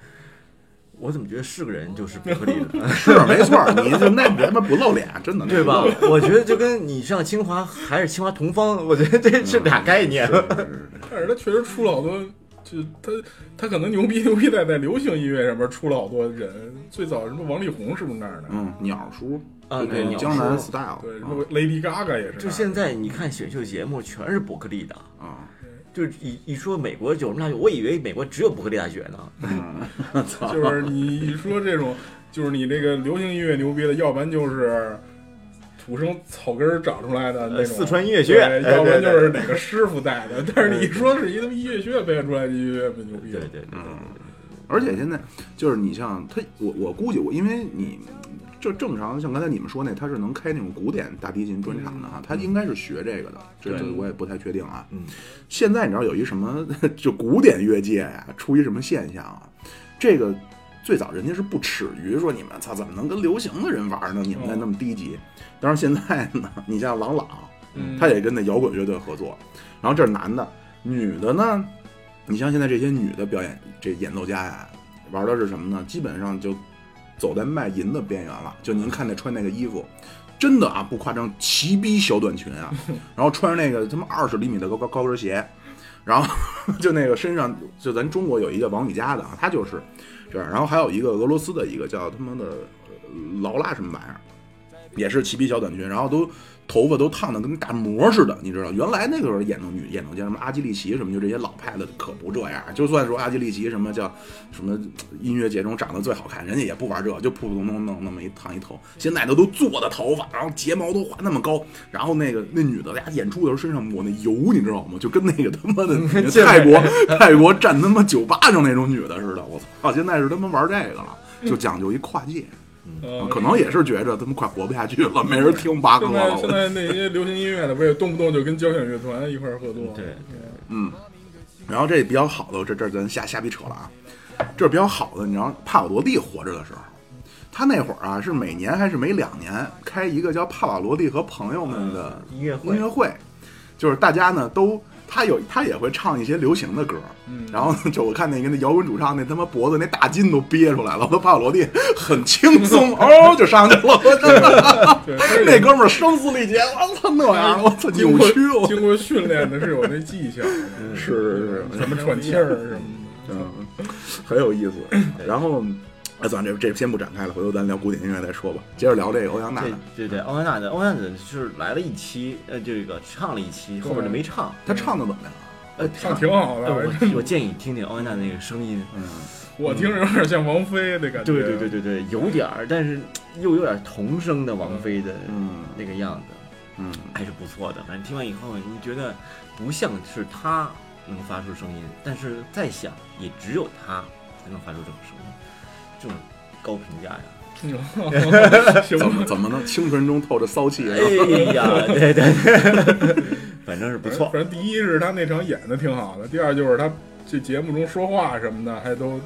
我怎么觉得是个人就是伯克利的 是啊没错，你就那人们不露脸，真的对吧？？我觉得就跟你上清华还是清华同方，我觉得这是俩概念。嗯但是他确实出了好多，就他他可能牛逼牛 逼在在流行音乐上面出了好多人。最早什么王力宏是不是那儿的？嗯，鸟叔啊就那对鸟叔江南 style，对，什啊么 Lady Gaga 也是那儿的。嗯 就现在你看选秀节目全是伯克利的，啊，就是一一说美国有什么大学，我以为美国只有伯克利大学呢。嗯，操，就是你一说这种，就是你这个流行音乐牛逼的，要不然就是土生草根儿长出来的那种、呃四川音乐学院对要不然哎对就是哪个师傅带的。但是你一说是一他妈音乐学院培养出来的音乐不牛逼对了，对对对，而且现在就是你像他，我我估计我，因为你就正常像刚才你们说那，他是能开那种古典大提琴专场的哈，啊他应该是学这个的，这这嗯对我也不太确定啊。嗯，现在你知道有一什么 就古典乐界呀、出一什么现象啊？这个最早人家是不耻于说你们操怎么能跟流行的人玩呢？你哦们那那么低级。当然现在呢，你像郎朗，嗯他也跟那摇滚乐队合作，然后这是男的，女的呢，你像现在这些女的表演这演奏家呀，玩的是什么呢？基本上就走在卖淫的边缘了。就您看那穿那个衣服，真的啊不夸张，齐逼小短裙啊，然后穿着那个他妈二十厘米的高高高跟鞋，然后 就那个身上就咱中国有一个王雨佳的啊，她就是这样，然后还有一个俄罗斯的一个叫他妈的呃劳拉什么玩意儿。也是齐逼小短裙，然后都头发都烫的跟大膜似的，你知道？原来那个时候演奏女演奏家什么阿基利奇什么，就这些老派的可不这样。就算说阿基利奇什么叫什么音乐界中长得最好看，人家也不玩这，就普普通通弄那么一烫一头。现在都都做的头发，然后睫毛都画那么高，然后那个那女的俩演出的时候身上抹那油，你知道吗？就跟那个他妈的泰国泰国站他妈酒吧上那种女的似的。我操！现在是他妈玩这个了，就讲究一跨界。呃可能也是觉着他们快活不下去了，没人听八哥现在现了。在那些流行音乐的，不也动不动就跟交响乐团一块儿合作？对然后这比较好的，这这咱瞎瞎逼扯了啊。这比较好的，你知道帕瓦罗蒂活着的时候，他那会儿啊是每年还是每两年开一个叫帕瓦罗蒂和朋友们的音乐音会乐会，就是大家呢都他有他也会唱一些流行的歌，嗯然后就我看那个那摇滚主唱那他妈脖子那大筋都憋出来了，我都怕我罗蒂很轻 松哦就上去了，我真的对，他是有那哥们儿声嘶力竭，我操那样，我操经扭过曲我，经过训练的是有那技巧的， 嗯是是是，什么喘气儿什么嗯，很有意思。然后，哎，咱这这先不展开了，回头咱聊古典音乐再说吧。接着聊这个欧阳娜对娜，对对，欧阳娜娜，欧阳娜娜是来了一期，呃，这个唱了一期，后边就没唱，她唱的怎么样？啊呃，的，唱挺好呃。的。我我建议你听听欧阳娜娜那个声音，嗯我听着有点像王菲的感觉。对对对 对对，有点儿，但是又有点儿童声的王菲的嗯那个样子，嗯，还是不错的。反正听完以后，你觉得不像是她能发出声音，但是再想也只有她才能发出这种声音，这种高评价 呀。 对，行怎吧。么怎么能清纯中透着骚气？哎呀，对对对， 反正是不错。反正第一是他那场演的挺好的，第二就是他这节目中说话什么的还都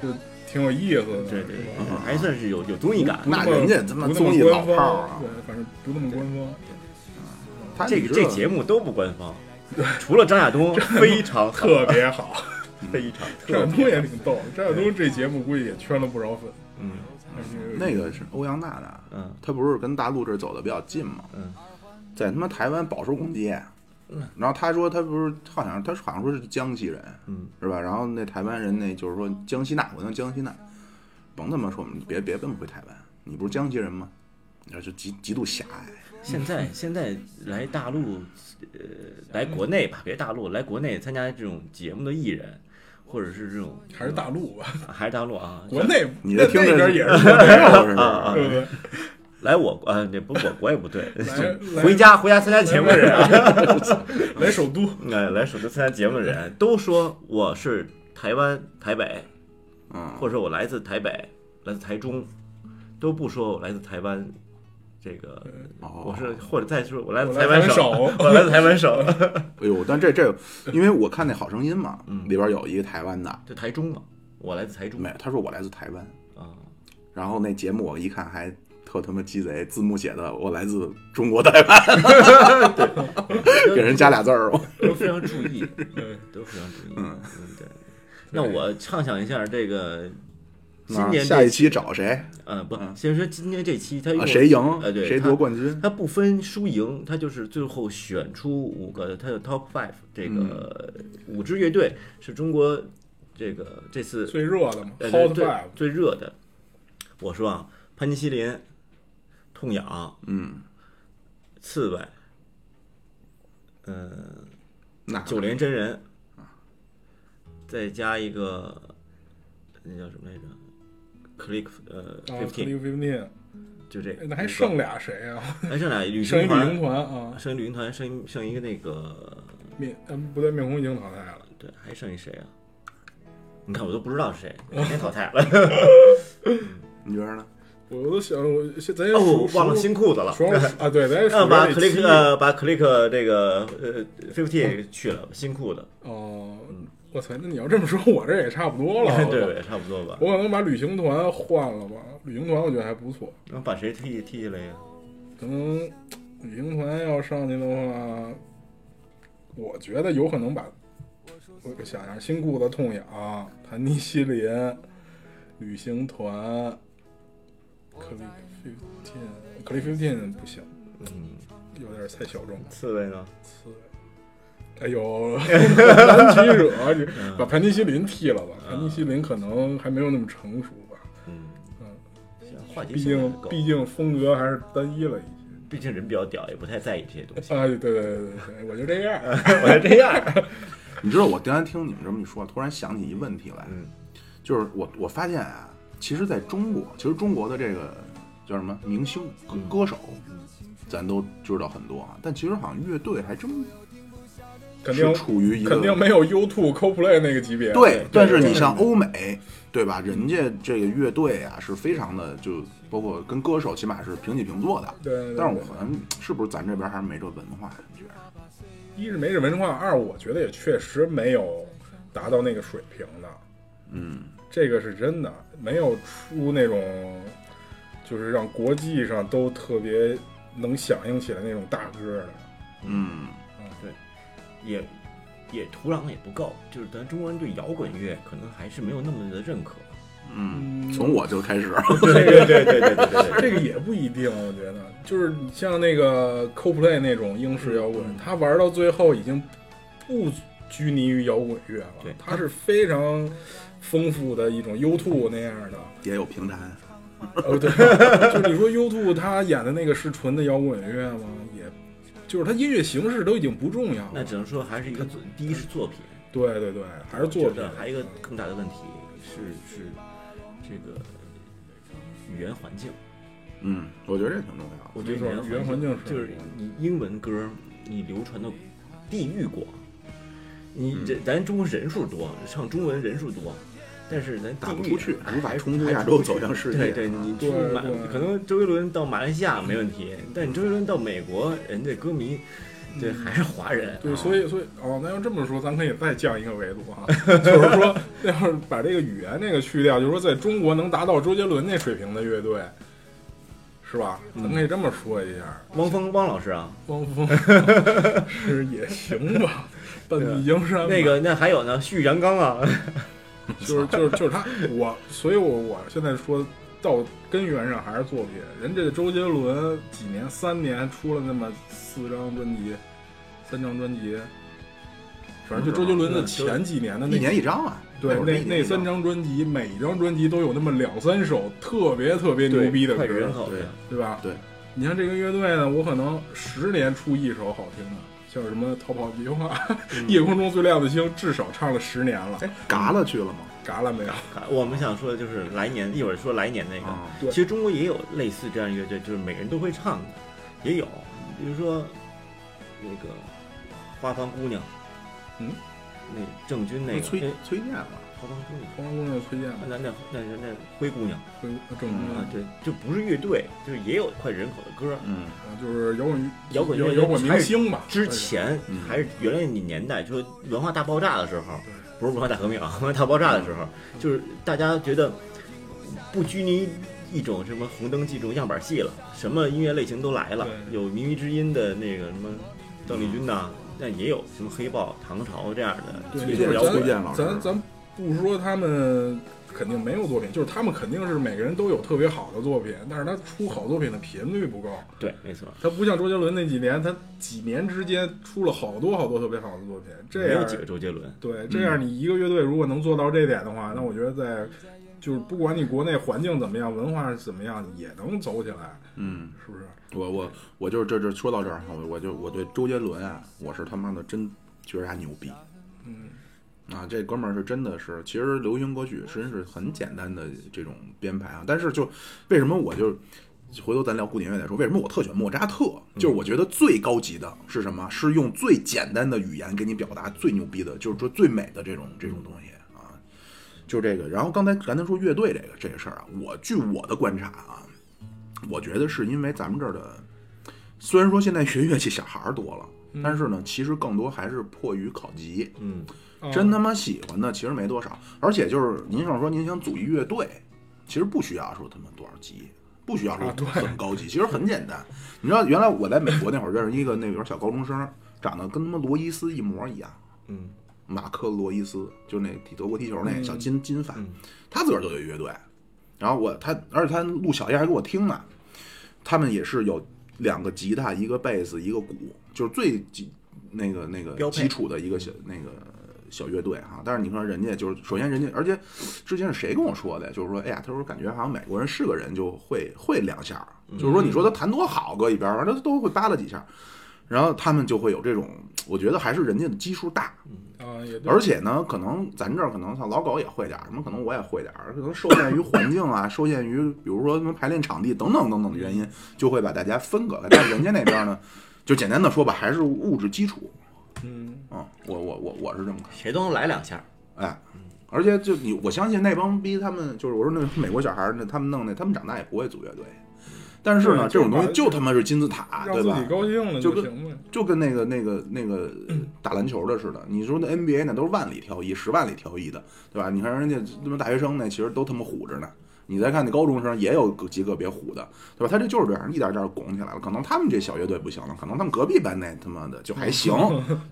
就挺有意思的。对对是吧对，还算是有有综艺感。那不么人家他妈不嗯那综么艺老官炮方儿啊对，反正不那么官方。她这你个知这道节目都不官 方，除了张亚东非常好嗯特别好， 非常张特亚东别也挺逗。张亚东这节目估计也圈了不少粉。嗯那个是欧阳娜娜，嗯她不是跟大陆这儿走的比较近嘛，嗯在他妈台湾饱受攻击。然后她说她不是好像她好像说是江西人，嗯，是吧？然后那台湾人那就是说江西那，我能江西那，甭他妈说我们别别这么回台湾，你不是江西人吗？你这就极极度狭隘。现在现在来大陆，呃，来国内吧，别大陆，来国内参加这种节目的艺人，或者是这种还是大陆吧，还是大陆啊，国内 你 这听那着边 也是，是对不对？来我国呃，这不我国也不对 来，回家回家参加节目的人啊，来 首都，呃，来首都参加节目的人都说我是台湾台北，嗯，或者说我来自台北，来自台中，都不说我来自台湾，这个哦我是或者再说我来自我台来湾台省，湾省我来自台湾省， 哎呦，但这这，因为我看那《好声音》嘛，嗯里边有一个台湾的，就台中嘛，我来自台中没，他说我来自台湾，啊，然后那节目我一看还特他妈鸡贼，字幕写的我来自中国台湾，给人加俩字 儿，我都非常注 意，都非常注意，嗯，对。那我畅想一下这个今啊年下这一，期找谁？呃，不，先说今天这期他啊，谁赢呃，？对，谁他夺冠军？它不分输赢，它就是最后选出五个，它的 top five 这个嗯五支乐队是中国这个这次最热的嘛呃，Hot 最 Five，啊最热的。我说啊，潘尼西林、痛痒、嗯，刺猬，嗯，那九连真人，再加一个那叫什么来着？Click 呃然后 Fifteen， Cliff Fifteen，哎就这个。啊那还剩俩谁啊？还剩 俩旅剩一行团旅行，团啊，剩一旅行团，剩一剩一个那个面嗯不对，面孔已经淘汰了。对，还剩一谁啊？你看我都不知道是谁，谁淘汰 了？你觉得呢？我都想，我先咱先数 哦，忘了数新裤子了。数啊，对，咱先那数把这期 click 呃把 click 这个呃 fifty 去了，新裤子，哦，我操，那你要这么说，我这也差不多 了。对，也差不多吧。我可能把旅行团换了吧，旅行团我觉得还不错，那把谁踢踢下来呀？可能旅行团要上去的话，我觉得有可能把，我想想，新裤子痛痒，盘尼西林，旅行团，click fifteen，click fifteen 不行，嗯，有点太小众了。刺猬呢？哎呦， 难取舍，你嗯把盘尼西林剃了吧。盘尼西林可能还没有那么成熟吧，嗯行，话嗯题毕性竟还够毕竟风格还是单一了一些。毕竟人比较屌，也不太在意这些东嗯西。啊，对对对对对，我就这样。嗯我还这样，你知道我刚才听你们这么一说，突然想起一问题来，嗯就是我我发现啊，其实在中国，其实中国的这个叫什么明星、歌嗯歌手，咱都知道很多啊，但其实好像乐队还真 肯是定处于一个肯定没有 U Two Coldplay 那个级别。对，但是对你像欧美，对吧？人家这个乐队啊是非常的，就包括跟歌手起码是平起平坐的。对对对但是我好像是不是咱这边还是没这文化？你觉得？一是没这文化，二我觉得也确实没有达到那个水平的。嗯，这个是真的，没有出那种就是让国际上都特别能响应起来那种大歌的。嗯，也也土壤也不够，就是咱中国人对摇滚乐可能还是没有那么的认可。嗯，从我就开始，对对对对对对对这个也不一定，我觉得，就是你像那个 CoPlay 那种英式摇滚，嗯他玩到最后已经不拘泥于摇滚乐了对，他是非常丰富的一种 U2 那样 的。也有平台。哦，对，就是你说 U2 他演的那个是纯的摇滚乐吗？也，就是他音乐形式都已经不重要 那了。只能说还是一个作，第一是作品，对对对，还是我作觉品得。还有一个更大的问题是是这个语言环境。嗯，我觉得这挺重要的。我觉得没错语言环境是就是你英文歌，你流传的地域广，嗯你这咱中国人数多，唱中文人数多，但是咱打不地域出去，无法冲出还亚出洲，不走去向世对界。对，你对出马对嗯可能周杰伦到马来西亚没问题，但你周杰伦到美国，人家歌迷这还是华人，啊对，所以所以哦，那要这么说，咱可以再降一个维度啊，就是说，那要是把这个语言那个去掉，就是说，在中国能达到周杰伦那水平的乐队，是吧？咱可以这么说一下，汪峰汪老师啊，汪峰 是也行吧，半壁江山吧那个那还有呢，旭阳刚啊，就是就是就是他，我所以我我现在说到根源上还是作品，人这周杰伦几年三年出了那么四张专辑，三张专辑。反正就周杰伦的前几年的那一年一张啊，对，会儿那一年那一张三张专辑，每一张专辑都有那么两三首特别特 别牛逼的脍炙人歌，口的，对吧？对。你像这个乐队呢，我可能十年出一首好听的，像什么《逃跑计划》《夜空中最亮的星》，至少唱了十年了，哎，嘎了去了吗？嘎了没有？啊我们想说的就是来年，一会儿说来年那个，啊，对其实中国也有类似这样乐队，就是每个人都会唱的，也有，比如说那个花房姑娘，嗯，那郑钧那那个崔哎崔健吧，花房姑娘，黄姑娘崔健那那那那那灰姑娘回郑啊钧，，对，就不是乐队，就是也有脍炙人口的歌。嗯，啊就是摇滚摇滚乐摇滚明星吧。之前嗯还是原来你年代，就是文化大爆炸的时候对，嗯不是文化大革命啊， 文化大爆炸的时候，就是大家觉得不拘泥一种什么红灯记这种样板戏了，什么音乐类型都来了，对嗯有靡靡之音的那个什么邓丽君呐、但也有什么黑豹、唐朝这样的，对，崔也就健是摇崔滚。健老咱师咱咱不说他们肯定没有作品，就是他们肯定是每个人都有特别好的作品，但是他出好作品的频率不够。对，没错，他不像周杰伦那几年，他几年之间出了好多好多特别好的作品，没这有样几个嗯周杰伦。对这样你一个乐队如果能做到这点的话，那我觉得在就是不管你国内环境怎么样，文化是怎么样，也能走起来，嗯，是不是？我我我就是这这说到这儿，我我就我对周杰伦啊，我是他妈的真觉得他牛逼，嗯，啊，这哥们儿是真的是，其实流行歌曲真是很简单的这种编排啊。但是就为什么我就回头咱聊古典乐再说，为什么我特喜欢莫扎特？就是我觉得最高级的是什么？是用最简单的语言给你表达最牛逼的，就是说最美的这种这种东西啊，就这个。然后刚才咱才说乐队这个这个事儿啊，我据我的观察啊，我觉得是因为咱们这儿的，虽然说现在学乐器小孩儿多了，但是呢，其实更多还是迫于考级。嗯，真他妈喜欢的其实没多少，而且就是您想说您想组一乐队，其实不需要说他妈多少级，不需要说啊对很高级，其实很简单。你知道原来我在美国那会儿认识一个那边小高中生，长得跟他妈罗伊斯一模一样，嗯，马克罗伊斯就是那踢德国踢球那小金金发嗯，他自个儿就有一乐队，然后我他而且他录小样还给我听呢，他们也是有两个吉他，一个贝斯，一个鼓，就是最基那个那标个配基础的一个小那个小乐队哈。但是你看人家就是，首先人家，而且之前是谁跟我说的？就是说，哎呀，他说感觉好像美国人是个人就会会两下儿，嗯就是说你说他弹多好，搁一边儿，反正都会扒拉几下儿。然后他们就会有这种，我觉得还是人家的基数大，啊，也对而且呢，可能咱这儿可能像老狗也会点儿，什么可能我也会点儿，可能受限于环境 啊，受限于比如啊说什么排练场地等等等等的原因，就会把大家分隔开。但是人家那边呢，就简单的说吧，还是物质基础。嗯，嗯，我我我我是这么看，谁都能来两下。哎，而且就你，我相信那帮逼他们，就是我说那美国小孩儿，那他们弄那，他们长大也不会组乐队。但是呢，对这种东西就嗯就他妈是金字塔，让对自吧？己高兴了就跟行呗。就跟那个那个那个呃嗯打篮球的似的，你说那 NBA 那都是万里挑一，十万里挑一的，对吧？你看人家他妈大学生那其实都他妈虎着呢，你再看那高中生也有极个别虎的，对吧？他这就是这样一点点拱起来了。可能他们这小乐队不行了，可能他们隔壁班那他妈的就还 行，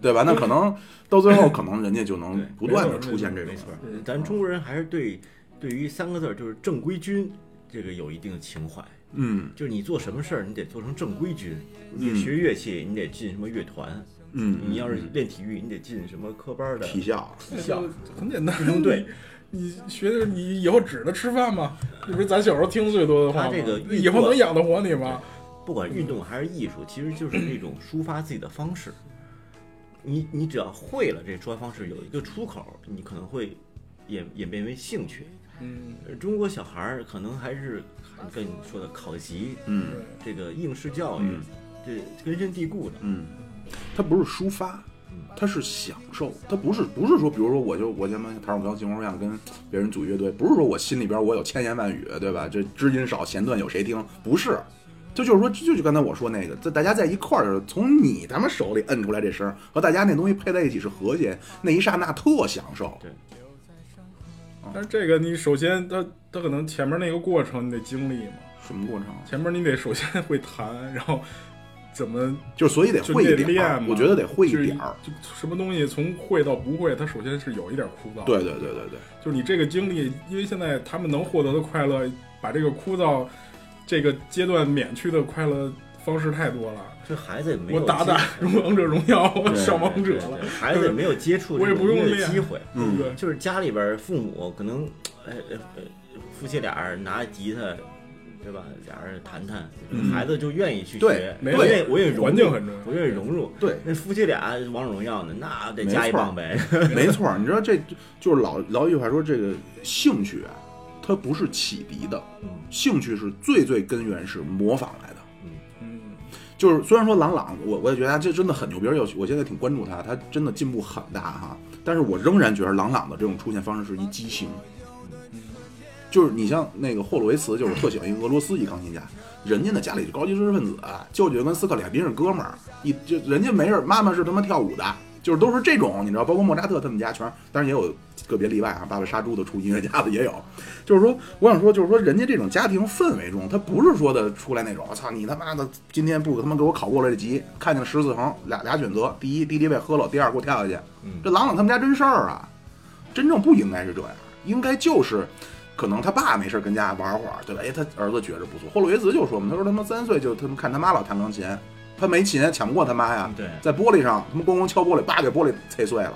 对吧？那可能到最后，可能人家就能对不断没的错出现这种没。错，呃咱中国人还是对对于三个字儿就是正规军这个有一定的情怀。嗯就是你做什么事儿，你得做成正规军。你学乐器，你得进什么乐团；嗯，你要是练体育，你得进什么科班的体校，那校就很简单，嗯运动队。 你学的，你以后指着吃饭吗？这不是咱小时候听最多的话吗？他这个运作以后能养得活你吗？不管运动还是艺术，其实就是那种抒发自己的方式。你你只要会了这抒发方式，有一个出口，你可能会演演变为兴趣。嗯，呃中国小孩儿可能还是跟你说的考级，嗯对，这个应试教育，这根深蒂固的。嗯，它不是抒发，它是享受，它不是不是说，比如说我就我他妈弹手钢琴，我想跟别人组乐队，不是说我心里边我有千言万语，对吧？这知音少，弦断有谁听？不是，这就是说，这就是刚才我说那个，这大家在一块儿，从你他妈手里摁出来这声儿和大家那东西配在一起是和谐，那一刹那特享受。对嗯但是这个你首先，他他可能前面那个过程你得经历嘛，什么过程？啊前面你得首先会弹，然后怎么就是所以得就会一得点练儿嘛，我觉得得会一就是点儿。就什么东西从会到不会，它首先是有一点枯燥。对，对对对对，就是你这个经历，因为现在他们能获得的快乐，把这个枯燥这个阶段免去的快乐方式太多了。这孩子也没我有打接打触 荣王者荣耀，我对上王者对了对，孩子也没有接触我也这不种用音乐的练机会。对不嗯对？就是家里边儿父母可能，呃呃呃，夫妻俩人拿吉他，对吧？俩人弹弹，孩子就愿意去对学，嗯没我错愿意我愿意融入环境很重要我愿意融入。对那夫妻俩王者荣耀呢，那得没加一错棒呗。 没错儿，你知道这就是老老一句话说，这个兴趣啊，它不是启迪的，嗯兴趣是最最根源是模仿来的。嗯，就是虽然说朗朗，我我也觉得他这真的很牛逼，而且我现在挺关注他，他真的进步很大哈。但是我仍然觉得朗朗的这种出现方式是一畸形。就是你像那个霍洛维茨，就是我特喜欢一个俄罗斯一钢琴家，人家呢家里是高级知识分子，舅舅跟斯克里亚宾是哥们儿，一就人家没人，妈妈是他妈跳舞的，就是都是这种，你知道，包括莫扎特他们家全是，当然也有个别例外啊，爸爸杀猪的出音乐家的也有，就是说，我想说，就是说，人家这种家庭氛围中，他不是说的出来那种，我操你他妈的，今天不他妈给我考过了这级，看见十四横俩俩选择，第一敌敌畏喝了，第二给我跳下去，这朗朗他们家真事儿啊，真正不应该是这样，应该就是。可能他爸没事跟家玩会儿，对吧？哎，他儿子觉着不错。霍洛维茨就说嘛，他说他妈三岁就他妈看他妈老弹钢琴，他没琴抢不过他妈呀，对在玻璃上他妈咣咣敲玻璃，叭给玻璃踩碎了，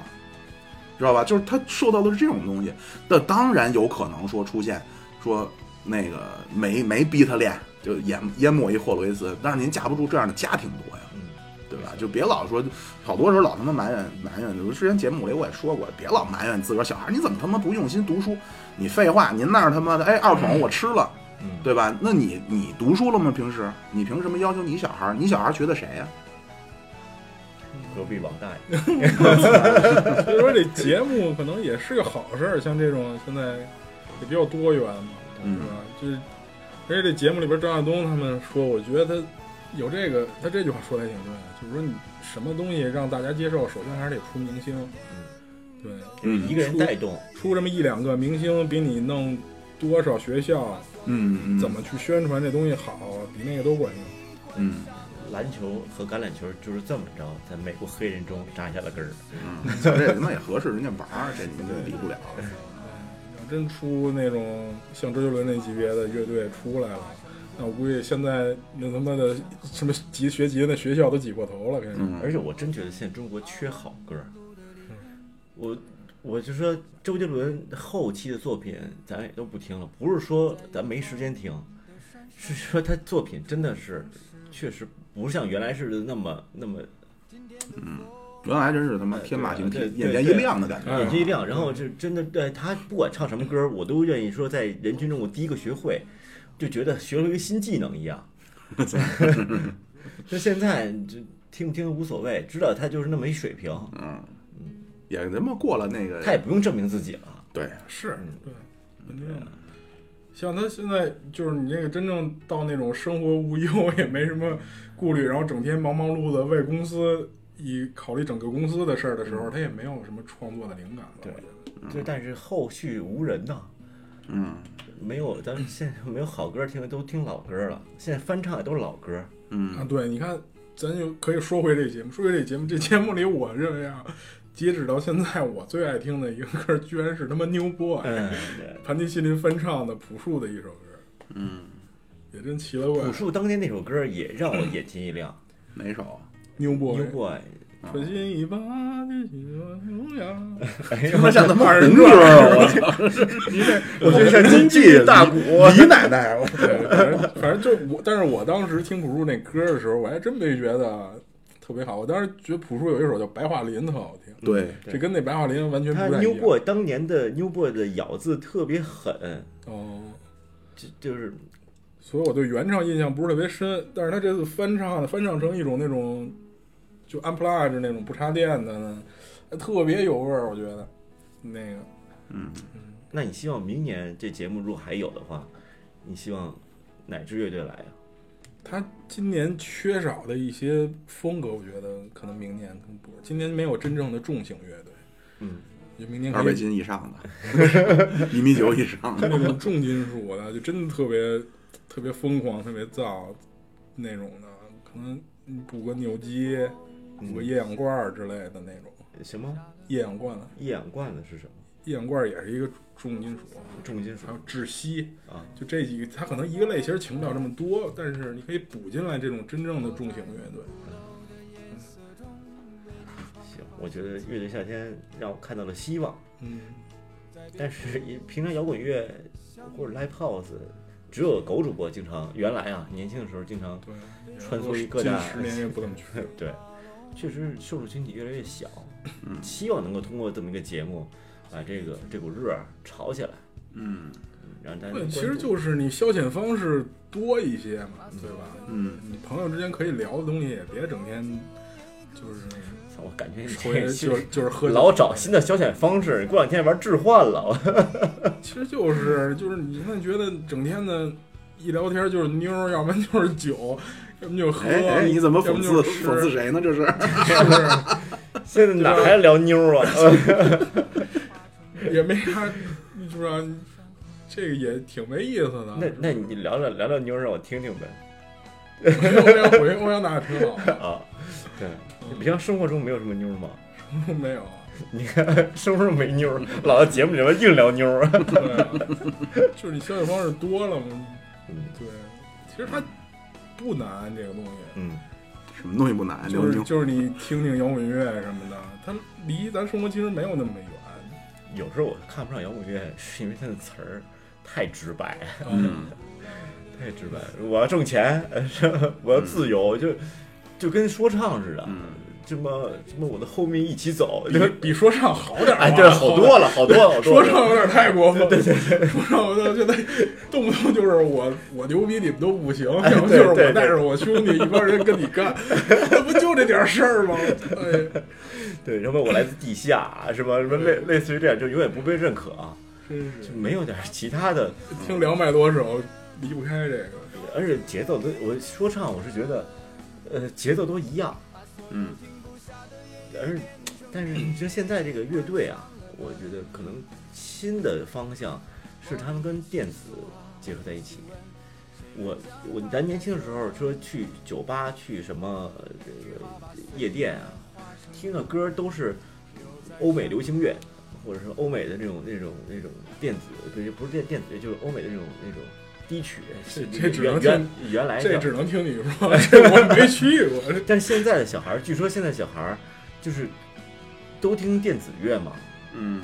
知道吧？就是他受到的是这种东西。那当然有可能说出现说那个没没逼他练，就淹淹没一霍洛维茨，但是您架不住这样的家庭多呀。嗯，对吧？就别老说，好多时候老他妈埋怨埋怨。我之前节目里我也说过，别老埋怨自个儿小孩儿，你怎么他妈不用心读书？你废话，您那儿他妈的，哎，二捧我吃了，嗯对吧？那你你读书了吗？平时你凭什么要求你小孩儿？你小孩儿学的谁呀、隔壁老大爷，嗯所以说这节目可能也是个好事儿，像这种现在也比较多元嘛，嗯是吧？就是而且这节目里边张亚东他们说，我觉得他有这个，他这句话说的挺对的，就是说你什么东西让大家接受，首先还是得出明星，嗯对，一个人带动，嗯出这么一两个明星，比你弄多少学校嗯嗯，怎么去宣传这东西好，比那个都管用。嗯？篮球和橄榄球就是这么着，在美国黑人中扎下了根儿。嗯，像这他妈也合适，人家玩儿，这你们就比不了。要真出那种像周杰伦那级别的乐队出来了，那我估计现在那他妈的什么吉学吉的学校都挤破头了，跟你说。嗯而且我真觉得现在中国缺好歌儿。我我就说周杰伦后期的作品咱也都不听了，不是说咱没时间听，是说他作品真的是确实不像原来似的那么那么原来真是他妈天马行空，对对眼前一亮的感觉。对眼睛一亮，然后就真的对他不管唱什么歌儿，我都愿意说在人群中我第一个学会，就觉得学了一个新技能一样。 就现在就听不听无所谓，知道他就是那么一水平，嗯，也他妈过了那个。他也不用证明自己了。对，是，嗯对，肯定的。像他现在就是你这个真正到那种生活无忧也没什么顾虑，然后整天忙忙碌碌的为公司以考虑整个公司的事儿的时候，他也没有什么创作的灵感了。对，就但是后续无人呐，嗯，没有，咱们现在没有好歌听，都听老歌了。现在翻唱也都是老歌，啊，嗯，对，你看，咱就可以说回这节目，说回这节目，这节目里我认为啊，截止到现在，我最爱听的一个歌，居然是他妈 New Boy，、嗯，对。盘尼西林翻唱的朴树的一首歌，嗯，也真奇了怪朴树当年那首歌也让我眼前一亮，哪首啊？ ，New 《 Boy， New Boy》。春心一把这喜欢 呀，哎他妈呀，像他妈二人人歌儿，我操！我觉得像京剧大鼓李奶奶，我对，反正反正就我，但是我当时听朴树那歌的时候，我还真没觉得特别好，我当时觉得朴树有一首叫《白桦林》特好听，对，对这跟那白桦林完全他不啊太一 New 样。 Boy 当年的 New Boy 的咬字特别狠，哦，就就是所以我对原唱印象不是特别深，但是他这次翻唱翻唱成一种那种就 unplugged 那种不插电的呢，特别有味儿，我觉得那个嗯，那你希望明年这节目如果还有的话，你希望哪支乐队来呀、他今年缺少的一些风格，我觉得可能明年可能不，今年没有真正的重型乐队，嗯，就明年可二以百斤以上的，一米九以上那的，种重金属的，就真的特别特别疯狂、特别燥那种的，可能补个扭机、补个嗯液氧罐儿之类的那种。什么液氧罐呢？一氧罐子是什么？液氧罐儿也是一个重金属，重金属还有窒息，啊，就这几个，它可能一个类型请不了这么多，但是你可以补进来这种真正的重型乐队。行，我觉得乐队夏天让我看到了希望，嗯，但是也平常摇滚乐或者 live house，只有狗主播经常原来啊年轻的时候经常对。穿梭于各近大十年也不 怎么去了。对，确实受众群体越来越小，嗯希望能够通过这么一个节目把这个这股热儿炒起来，嗯让大家对，关其实注就是你消遣方式多一些嘛，对吧？嗯，你朋友之间可以聊的东西，也别整天就是那个操我感觉你抽 这烟期就是就是喝酒，老找新的消遣方式，过两天玩置换了， 我其实就是就是你现在觉得整天的，一聊天就是妞儿，要不然就是酒，要么就喝，哎哎，你怎么要讽么刺就讽刺吃，谁呢？这是， 就是现在哪还聊妞 啊？也没啥，是吧？这个也挺没意思的。那那你聊聊聊聊妞儿让我听听呗我想我想我想哪挺好的， 啊！对，你平常生活中没有什么妞儿吗？ 没有。你看生活中没妞儿，老在节目里边硬聊妞儿。对啊，就是你消遣方式多了嘛。嗯对，其实它不难，这个东西。嗯，什么东西不难？刘就是妞，就是你听听摇滚乐什么的，它离咱生活其实没有那么远。有时候我看不上摇滚乐，是因为它的词儿太直白，嗯，太直白。我要挣钱，呃 是吧我要自由，就就跟说唱似的。嗯什么什么，我的后面一起走，比就比说唱好点儿嗯 吧，哎，对，好多了，好多了，好多 说了。唱有点太过分了，说唱我到现在动不动就是我我牛逼，你们都不行，要不 就是哎对我对带着我兄弟一帮人跟你干， 那不就这点事儿吗？ 哎，对，什么我来自地下，啊什么什么类类似于这样，就永远不被认可啊，真是就没有点儿其他的，听两百多首离不开这个，而且节奏都我说唱我是觉得，呃，节奏都一样，嗯，而但是你说现在这个乐队啊，我觉得可能新的方向是他们跟电子结合在一起。我我咱年轻的时候说去酒吧去什么呃这个夜店啊，听的歌都是欧美流行乐，或者是欧美的那种那种那种电子，不是不是电电子乐，就是欧美的那种那种低曲。这是这只能原原原来这叫只能听你哎说，这我没去 过，这但是现在的小孩儿，据说现在小孩儿就是都听电子乐嘛，嗯，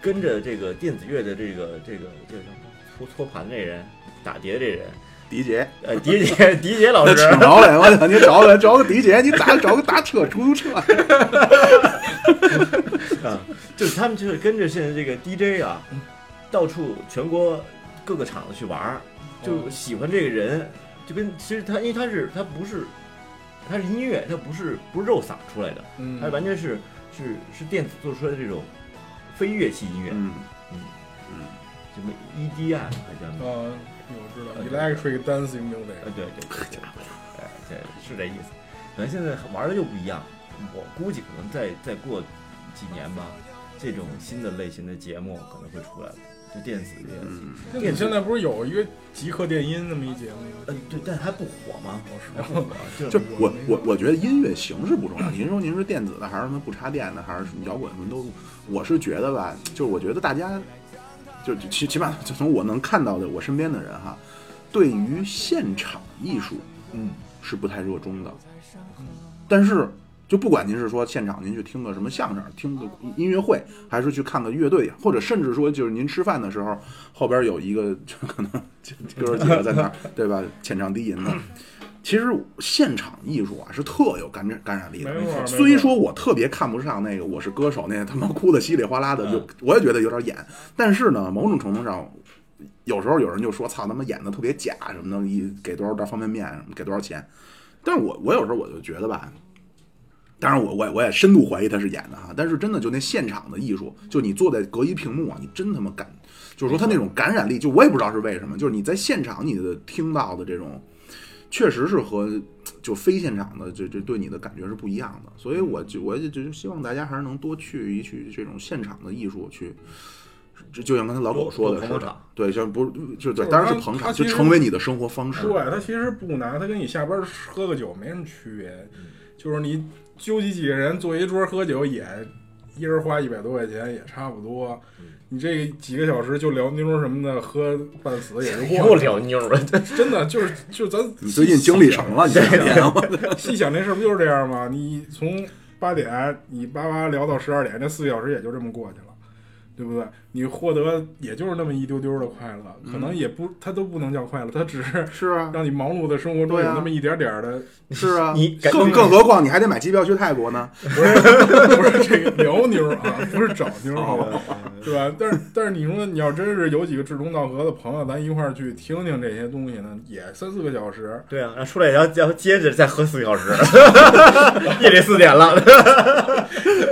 跟着这个电子乐的这个这个这个搓搓盘这人，打碟这人，迪杰，呃，迪 姐迪姐老 那师，啊请着来，我操，你找来找个迪杰，你打找个打车出租车，啊， 就是他们就是跟着现在这个 DJ 啊，到处全国各个厂子去玩儿，就喜欢这个人，就跟其实他因为他是他不是他是音乐，他不是不是肉嗓出来的，嗯他，哎完全是是是电子做出来的这种非乐器音乐，嗯什么 E EDM 还叫什么？啊，我知道 electric dancing music 呃，。对对，对哎，这是这意思。可能现在玩的又不一样，我估计可能再再过几年吧，这种新的类型的节目可能会出来了。就电子乐。嗯嗯哎那你现在不是有一个极客电音那么一节目吗？呃嗯，对，但还不火吗？ 还不火，就就我我我觉得音乐形式不重要，您说您是电子的还是什么不插电的，还是什么摇滚什么都，我是觉得吧，就是我觉得大家，就就起起码就从我能看到的我身边的人哈，对于现场艺术嗯，是不太热衷的，但是就不管您是说现场您去听个什么相声，听个音乐会，还是去看个乐队，或者甚至说就是您吃饭的时候后边有一个 就可能就哥儿几个在那儿对吧，浅唱低吟的。其实现场艺术啊是特有感染感染力的没错，没错虽说我特别看不上那个《我是歌手》那他妈哭的稀里哗啦的，就嗯我也觉得有点演，但是呢，某种程度上，有时候有人就说操他妈演的特别假什么的，一给多少袋方便面，给多少钱，但是我我有时候我就觉得吧，当然我我也我也深度怀疑他是演的哈，但是真的就那现场的艺术，就你坐在隔一屏幕啊，你真他妈感，就是说他那种感染力，就我也不知道是为什么，就是你在现场你的听到的这种，确实是和就非现场的这这对你的感觉是不一样的，所以我就我就就希望大家还是能多去一去这种现场的艺术去。就就像刚才老狗说的多是多捧的场，对，像不是就就是对，当然他是捧他场，其就实成为你的生活方式。对，它其实不难，它跟你下班喝个酒没什么区别，嗯就是你纠集几个人坐一桌喝酒也。一人花一百多块钱也差不多，嗯你这几个小时就聊妞儿什么的，喝半死也就过 又了。聊妞了，真的就是就咱哎你最近经历什么了？你这啊两年，我细想这事儿不就是这样吗？你从八点你叭叭聊到十二点，这四个小时也就这么过去了，对不对？你获得也就是那么一丢丢的快乐，可嗯能也不，它都不能叫快乐，它只 是是啊，让你忙碌的生活中对有啊那么一点点儿的。 是啊，你感更觉更何况你还得买机票去泰国呢。不是不是这个聊妞儿啊， 不是找妞儿，好 吧？啊 对吧？但是但是你说你要真是有几个志同道合的朋友，咱一块儿去听听这些东西呢，也三四个小时， 对啊，然后出来然后然后接着再喝四个小时， 夜里四点了，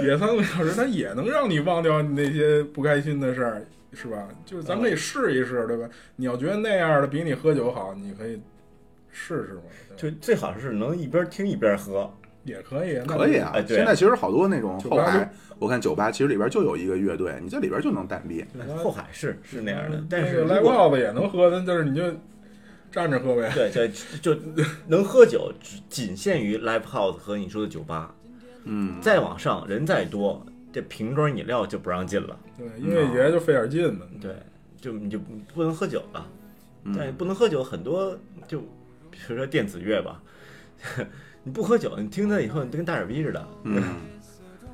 也三个小时，它也能让你忘掉你那些不开心的事儿，是吧？就是咱们可以试一试，对吧？你要觉得那样的比你喝酒好，你可以试试嘛，对吧就最好是能一边听一边喝。也可以，那可以啊哎，对现在其实好多那种酒后吧台，我看酒吧其实里边就有一个乐队，你在里边就能淡逼。后海是是那样的，但那是个如赖果泡子也能喝，但但是你就站着喝 呗。对对，就就能喝酒，只仅限于 live house 和你说的酒吧。嗯，再往上人再多，这瓶装饮料就不让进了。对，音乐节就费点劲嘛。对，就你就不能喝酒了。嗯但不能喝酒，很多就比如说电子乐吧， 你不喝酒，你听它以后你就跟大耳逼似的。嗯，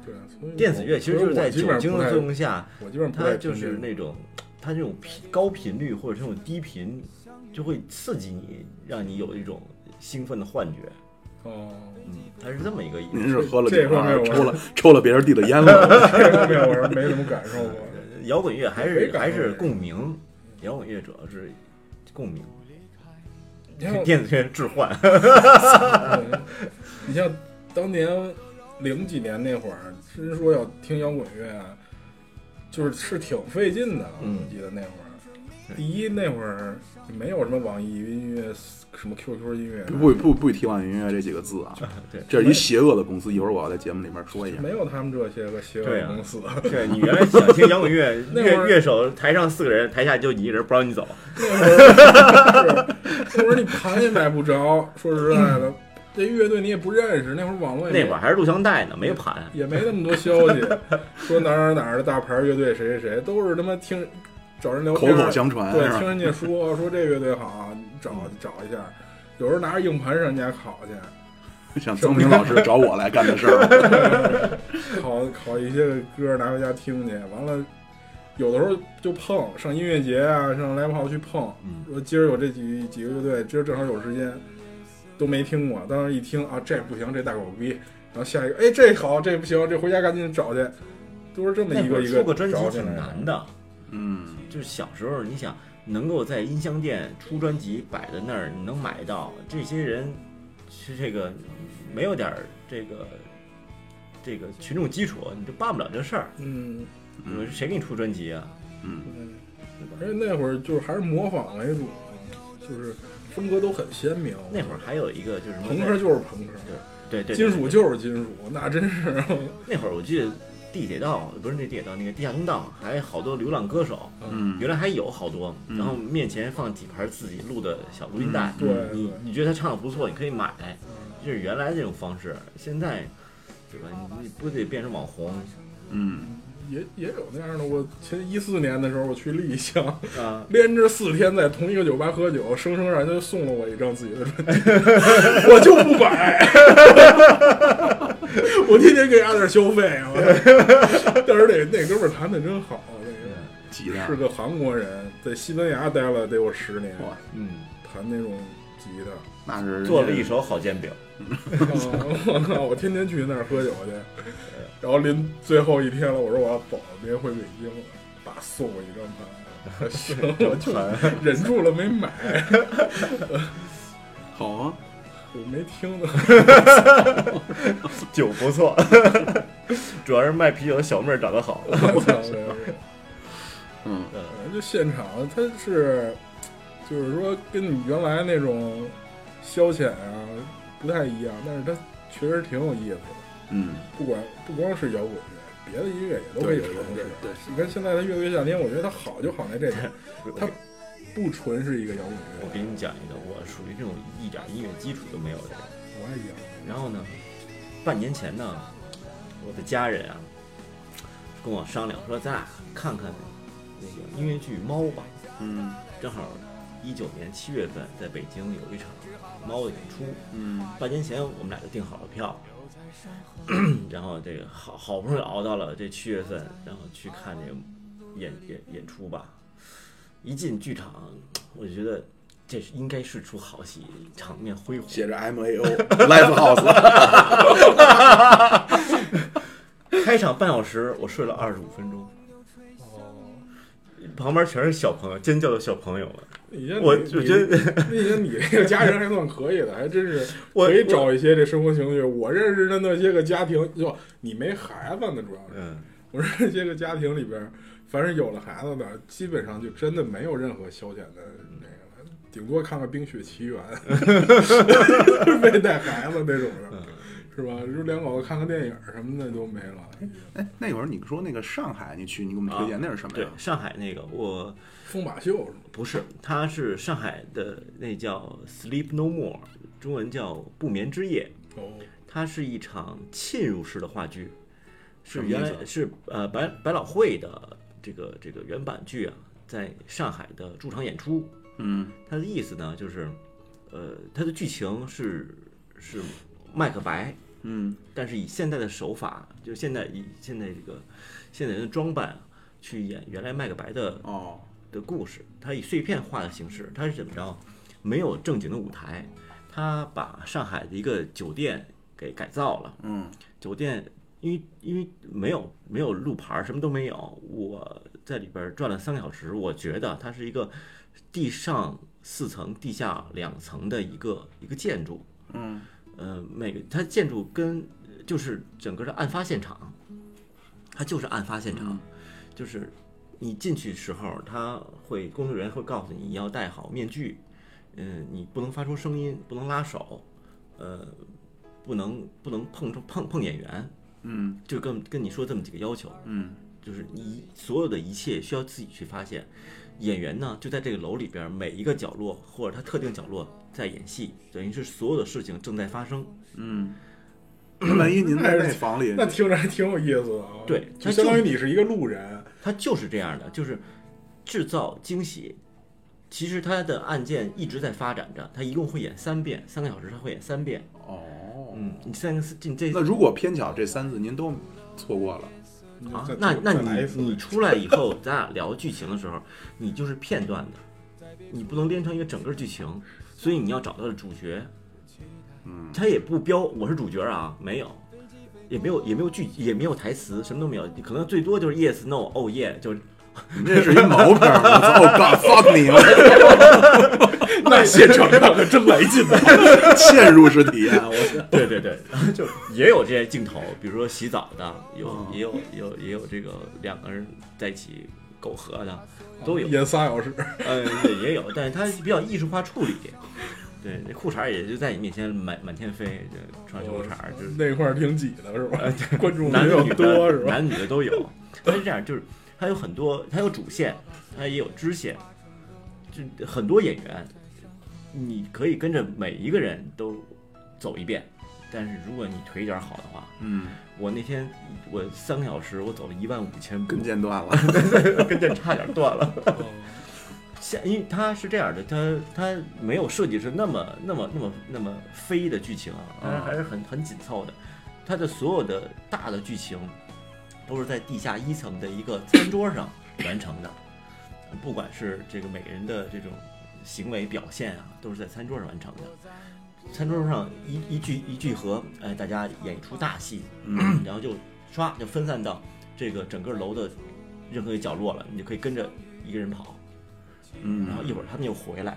对，所以电子乐其实就是在酒精的作用下，我基本上不太，它我基就本上不太听这是个那种它这种频高频率或者这种低频，就会刺激你，让你有一种兴奋的幻觉。哦，嗯，它是这么一个意您思。是喝了这酒方面啊，我抽了抽了别人递的烟了。 这方面我是没什么感受过。摇滚乐还没是感还是觉共鸣，摇滚乐主要是共鸣，你像 电子乐置换。对你像当年零几年那会儿，真说要听摇滚乐啊，就是是挺费劲的。啊嗯我记得那会儿，第一那会儿没有什么网易云音乐、什么 QQ 音乐，不不不提网易音乐这几个字啊，对这是一邪恶的公司，一会儿我要在节目里面说一下。没有他们这些个邪恶对的啊公司。对你原来想听摇滚乐，那会乐儿乐手台上四个人，台下就你一人，不让你走。那会儿是那会儿你盘也买不着，说实在的，这乐队你也不认识。那会儿网络也没那会儿还是录像带呢，没有盘。也没那么多消 息，说哪儿哪儿的大牌乐队谁谁谁，都是他妈听找人聊口天儿口相传对是，吧？听人家说说这乐队好，你找找一下。有时候拿着硬盘上人家考去，像曾明老师找我来干的事儿， 考考一些个歌拿回家听去。完了，有的时候就碰上音乐节啊，上 live house 去碰，嗯说今儿有这几几个乐队，今儿正好有时间，都没听过。当时一听啊，这不行，这大狗逼。然后下一个，哎，这好，这不行，这回家赶紧找去。都是这么那一会个儿一出个个专辑找进挺来的难的，嗯，就是小时候你想能够在音像店出专辑摆在那儿，你能买到，这些人是这个没有点儿这个这个群众基础，你就办不了这事儿。嗯，你说谁给你出专辑啊？嗯，而且那会儿就是还是模仿为主，啊就是风格都很鲜明。那会儿还有一个就是什么朋克就是朋克，对对对金属就是金属，那真是 那会儿我记得地铁道，不是那地铁道，那个地下通道，还好多流浪歌手，嗯，原来还有好多，嗯然后面前放几盘自己录的小录音带，对对你你觉得他唱的不错，你可以买，这是原来这种方式，现在对吧？你你不得变成网红嗯，也也有那样的。我前一四年的时候，我去丽江，啊？ 连着四天在同一个酒吧喝酒，生生让人家送了我一张自己的专辑， 我就不买， 我天天给人家点消费，我 但是那那哥们儿弹的真好，啊那急个了是，个韩国人，在西班牙待了得有十年，哇，嗯，弹那种吉他。那是人家做了一手好煎饼，我靠！ 我天天去那儿喝酒去，然后临最后一天了，我说我要走了，明天回北京了，爸送我一张盘，行，我就忍住了没买，好啊，我没听呢。酒不 错，主要是卖啤酒的小妹儿长得好，我操！这是 嗯反正就现场，它是就是说跟你原来那种消遣啊不太一样，但是它确实挺有意思的。嗯，不管不光是摇滚乐，别的音乐也都可对以对尝试对。对，你看现在的《乐队夏天》，我觉得它好就好在这点，它不纯是一个摇滚我乐，给你讲一个，我属于这种一点音乐基础都没有的人。我也一样。然后呢，半年前呢，我的家人啊跟我商量说，咱俩看看那个音乐剧《猫》吧。嗯正好一九年七月份在北京有一场猫的演出，嗯半年前我们俩就订好了票， 然后这个好好不容易熬到了这七月份，然后去看这个演演演出吧。一进剧场，我就觉得这是应该是出好戏，场面恢宏。写着 M A O Live House，开场半小时，我睡了二十五分钟。旁边全是小朋友，尖叫的小朋友们。以前你我你我觉得以前你这个家人还算可以的，还真是我可以找一些这生活情趣。我认识的那些个家庭，就你没孩子呢，主要是嗯，我认识这个家庭里边，凡是有了孩子的，基本上就真的没有任何消遣的那个了，顶多看看《冰雪奇缘》， 没带孩子那种的，是吧？就两口子看看电影什么的都没了。哎，那会儿你说那个上海你去，你给我们推荐那是什么对呀，？上海那个我风马秀是吗？不是，它是上海的那叫 Sleep No More，中文叫不眠之夜。哦，它是一场浸入式的话剧，什是么原意思啊来是呃百百老汇的这个这个原版剧啊，在上海的驻场演出。嗯它的意思呢，就是呃，它的剧情是是麦克白，嗯但是以现在的手法，就现在以现在这个现在人的装扮啊去演原来麦克白的哦，的故事，它以碎片化的形式，它是怎么着？没有正经的舞台，它把上海的一个酒店给改造了。嗯酒店因为因为没有没有路牌儿，什么都没有。我在里边儿转了三个小时，我觉得它是一个地上四层、地下两层的一个一个建筑。嗯呃，每个它建筑跟就是整个的案发现场，它就是案发现嗯场，就是你进去时候，他会工作人员会告诉你你要戴好面具，嗯、你不能发出声音，不能拉手，呃，不能不能碰触碰碰演员，嗯就跟跟你说这么几个要求，嗯就是你所有的一切需要自己去发现。演员呢就在这个楼里边每一个角落或者他特定角落在演戏，等于是所有的事情正在发生。嗯，万一您在那房里，那听着还挺有意思的啊。对啊就相当于你是一个路人。它就是这样的，就是制造惊喜。其实它的案件一直在发展着，它一共会演三遍，三个小时它会演三遍。哦，嗯，你三个四，你这那如果偏巧这三次您都错过了，你就啊再，那那再来一你次啊你出来以后，咱俩聊剧情的时候，你就是片段的，你不能连成一个整个剧情，所以你要找到的主角，嗯，他也不标我是主角啊，没有，也没有也没有剧也没有台词，什么都没有，可能最多就是 yes no oh yeah，就你这是一毛病，我操，我告诉你，那现场看可真来 劲呢。嵌入式体验，我 对对对，然后就也有这些镜头，比如说洗澡的，有、也有有也有这个两个人在一起苟合的，都有，演仨小时，呃，也也有，但是它比较艺术化处理。 对，那裤衩也就在你面前满满天飞，就穿小裤衩儿，就是那块儿挺挤的是吧？呃观众男比的较女多的是吧？男女的都有。它是这样，就是它有很多，它有主线，它也有支线，就很多演员，你可以跟着每一个人都走一遍。但是如果你腿脚好的话，嗯，我那天我三个小时我走了一万五千步跟，腱断了，跟腱差点断了。 哦像因为它是这样的，它它没有设计是那么那么那么那么飞的剧情啊，但是还是很很紧凑的。它的所有的大的剧情都是在地下一层的一个餐桌上完成的，不管是这个每个人的这种行为表现啊，都是在餐桌上完成的。餐桌上一一聚一聚合，哎，大家演一出大戏，然后就唰就分散到这个整个楼的任何一个角落了，你就可以跟着一个人跑。然后嗯，一会儿他们又回来，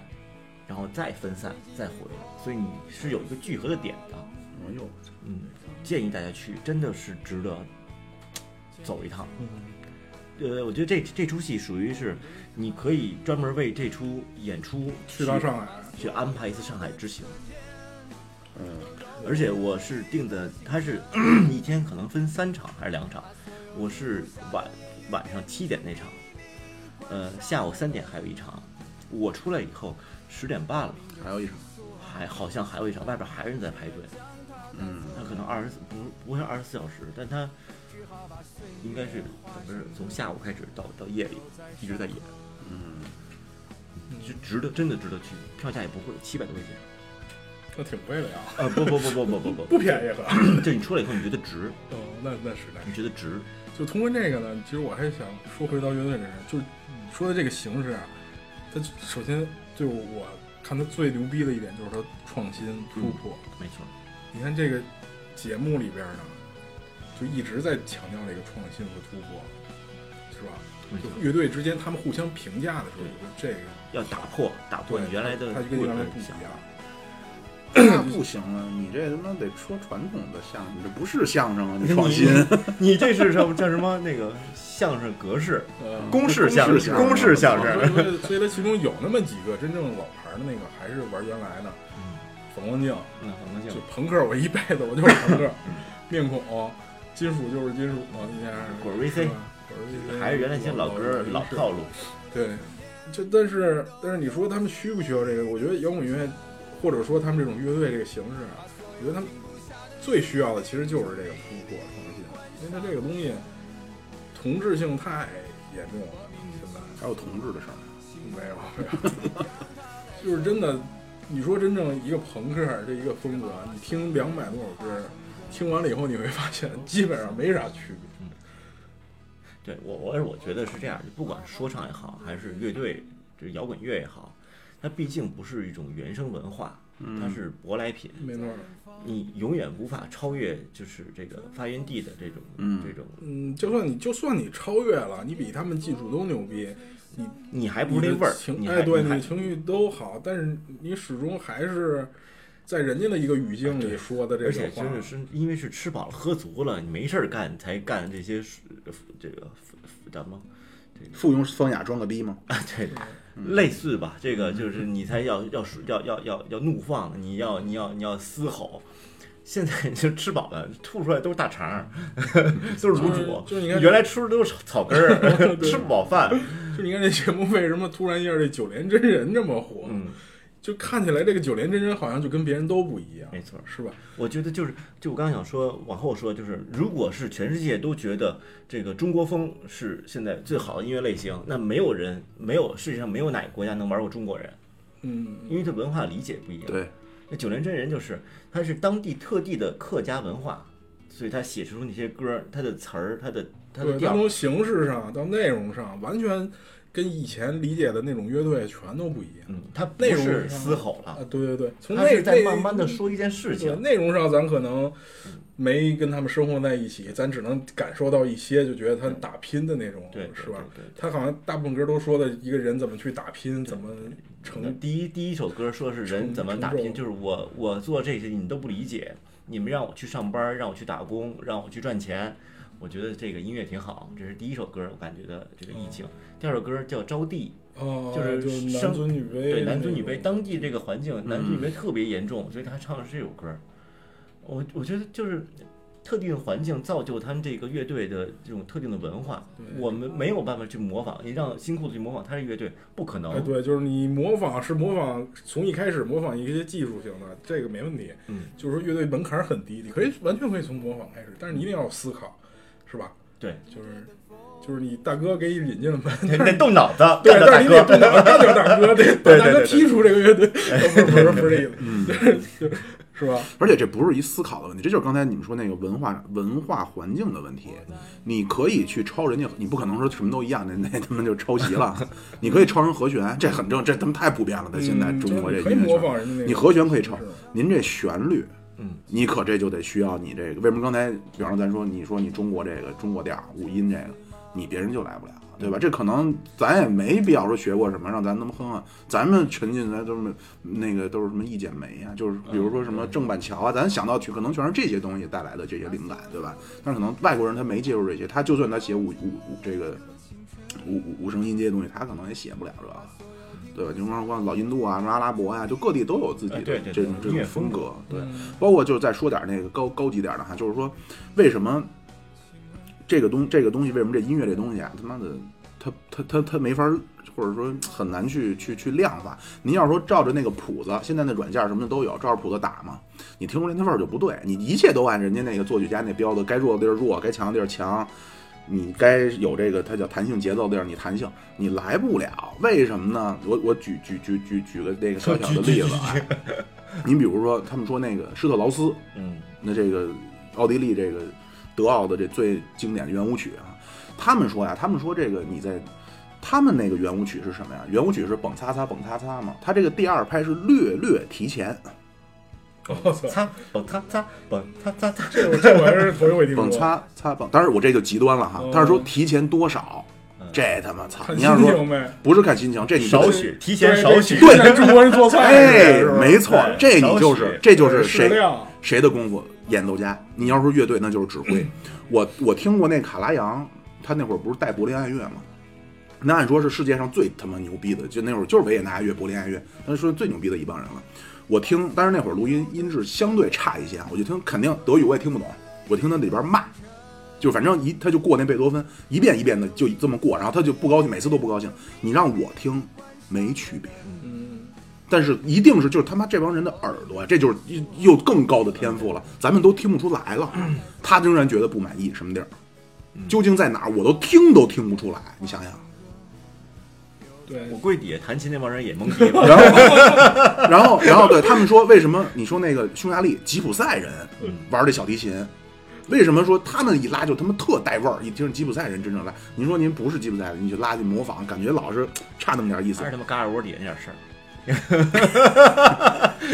然后再分散，再回来，所以你是有一个聚合的点的。哎呦，嗯，建议大家去，真的是值得走一趟。呃，我觉得这这出戏属于是你可以专门为这出演出去趟上海，去安排一次上海之行。嗯，而且我是定的，它是 一天可能分三场还是两场，我是晚晚上七点那场，呃，下午三点还有一场，我出来以后十点半了，还有一场，还好像还有一场，外边还有人在排队，嗯，那可能二十不不会二十四小时，但他应该是怎么是从下午开始到到夜里一直在演，嗯，值值得真的值得去，票价也不贵，七百多块钱，那挺贵的呀，啊不不不不不不不不便宜 可。就你出来以后，你觉得值， 哦，那那是那是你觉得值，就通过这个呢，其实我还想说回到乐队这事儿，就是你说的这个形式啊，它首先对我我看它最牛逼的一点就是它创新突嗯破。没错，你看这个节目里边呢，就一直在强调这个创新和突破，是吧？没错，就乐队之间他们互相评价的时候，我说这个要打破打破对哦你原来的它就跟固有原来的不一想样法。。那不行了，你这他妈得说传统的相声，你这不是相声啊， 你创新，你，你这是什么叫什么那个相声格式，呃公式相声，公式相所声，以所以所以它其中有那么几个真正老牌的那个，还是玩原来的嗯，反光镜。那很高就兴，朋克，我一辈子我就是 朋克，嗯面孔、金属就是金属啊，应该是滚儿 VC 是吧滚儿 VC，还是原来一些老歌嗯老套路，对，就但是但是你说他们需不需要这个？我觉得摇滚乐或者说他们这种乐队这个形式啊，我觉得他们最需要的其实就是这个突破创新，因为它这个东西同质性太严重了，现在。还有同志的事儿，没有，没有， 就是真的。你说真正一个朋克这一个风格，啊你听两百多首歌，听完了以后你会发现基本上没啥区别。对我，我我觉得是这样，就不管是说唱也好，还是乐队，就是摇滚乐也好，它毕竟不是一种原生文化，嗯它是舶来品，没错，你永远无法超越，就是这个发源地的这种、嗯这种，嗯，就算你就算你超越了，你比他们技术都牛逼，你你还不你是的那味儿，情你哎，还对，你你还的情绪都好，但是你始终还是在人家的一个语境里说的这啊而个且话真，的是因为是吃饱了喝足了，你没事儿干才干这些呃这个叫什么？ 附庸风雅装个逼吗？啊，对，嗯类似吧，这个就是你才要要说要要要要怒放，你要你要你要嘶吼。现在你就吃饱了，吐出来都是大肠儿， 都是卤煮。嗯就是就是你看啊原来吃的都是草根儿，对 吃不饱饭。就你看这节目为什么突然一下这九连真人这么火，嗯，就看起来这个九连真人好像就跟别人都不一样，没错。是吧？我觉得就是，就我刚刚想说，往后说就是，如果是全世界都觉得这个中国风是现在最好的音乐类型，那没有人，没有世界上没有哪个国家能玩过中国人，嗯，因为对文化理解不一样。对，那九连真人就是，他是当地特地的客家文化，所以他写出那些歌，他的词儿，他的他的对，它调，从形式上到内容上，完全跟以前理解的那种乐队全都不一样嗯，他不内容是上嘶吼啊了，！对对对，从他内是在内慢慢的说一件事对情。内容上，咱可能没跟他们生活在一起，咱只能感受到一些，就觉得他打拼的那种，对，对是吧？？对对他好像大部分歌都说的一个人怎么去打拼，怎么那成，第一第一首歌说是人嗯成怎么打成拼，就就是我我做这些你都不理解，你们让我去上班，让我去打工，让我去赚钱，我觉得这个音乐挺好。这是第一首歌，我感觉的这个意境。第二首歌叫《招娣》，哦，就是就生男尊女卑，对男尊女卑，，当地这个环境男尊嗯女卑特别严重，所以他唱的是这首歌儿。我我觉得就是特定的环境造就他们这个乐队的这种特定的文化，我们没有办法去模仿。你让新裤子去模仿他的乐队，不可能。哎，对，就是你模仿是模仿，从一开始模仿一些技术性的，这个没问题。嗯，就是说乐队门槛很低，你可以完全可以从模仿开始，但是你一定要有思考，是吧？对，就是就是你大哥给你引进了门， 你得动脑子，对，干掉但是你得大哥。不能干掉 大哥，得把对对大哥对对嗯踢出这个乐 队，不是不是不是这意思， 就是是吧？而且这不是一思考的问题，这就是刚才你们说那个文化文化环境的问题。你可以去抄人家，你不可能说什么都一样，那那他妈就抄袭了。你可以抄人和弦，这很正，这他妈太普遍了，在现在嗯中国就这是可以音乐模圈仿人家那个你和弦可以抄是，您这旋律，嗯，你可这就得需要你这个。为什么刚才比方说咱说你说你中国这个中国调五音这个，你别人就来不了。对吧？这可能咱也没必要说学过什么，让咱那么哼啊。咱们沉浸在都是那个都是什么易简梅啊，就是比如说什么郑板桥啊，咱想到去可能全是这些东西带来的这些灵感，对吧？但是可能外国人他没接触这些，他就算他写五五五这个五五五声音阶的东西，他可能也写不了，是吧？对吧？就光光老印度啊，什么阿拉伯呀、就各地都有自己的哎这对对对种、这音种乐风风嗯格，对。包括就是再说点那个高高级点的哈，就是说为什么这个东这个东西为什么这音乐这东西啊，他妈的，它它它它没法儿，或者说很难去去去量化。您要是说照着那个谱子，现在那软件儿什么的都有，照着谱子打嘛，你听出来那味儿就不对，你一切都按人家那个作曲家那标的，该弱的地儿弱，该强的地儿强。你该有这个，它叫弹性节奏地儿，你弹性，你来不了，为什么呢？我我举举举举举个那个小小的例子啊，您比如说，他们说那个施特劳斯，嗯，那这个奥地利这个德奥的这最经典的圆舞曲啊，他们说呀、他们说这个你在他们那个圆舞曲是什么呀？圆舞曲是蹦擦擦蹦擦擦嘛，它这个第二拍是略略提前，我操，擦蹦擦擦蹦擦擦擦，这我这我还是头一回听蹦 说。擦擦蹦，当然我这就极端了哈哦，他是说提前多少嗯，这他妈操！看你心要情说呗，不是看心情，这你就少得许 提前对少许，这这中国人做菜这哎是吧，没错，这你就少是许这就是适谁量谁的功夫？演奏家。你要说乐队，那就是指 挥。我我听过那卡拉扬，他那会儿不是带柏林爱乐吗？那按说是世界上最他妈牛逼的，就那会儿就是维也纳爱乐、柏林爱乐，那说最牛逼的一帮人了。我听，但是那会儿录音音质相对差一些啊，我就听，肯定德语我也听不懂，我听他里边骂，就反正一他就过那贝多芬，一遍一遍的就这么过，然后他就不高兴，每次都不高兴。你让我听，没区别。但是一定是就是他妈这帮人的耳朵啊呀，这就是又又更高的天赋了，咱们都听不出来了。他仍然觉得不满意，什么地儿，究竟在哪儿，我都听都听不出来。你想想，对我，跪底下弹琴那帮人也懵 逼了。然后，然后，然后，对他们说，为什么你说那个匈牙利吉普赛人玩这小提琴？为什么说他们一拉就他妈特带味儿？一听是吉普赛人真正拉，您说您不是吉普赛人，你去拉去模仿，感觉老是差那么点意思还是。他妈嘎吱窝底下那点事儿，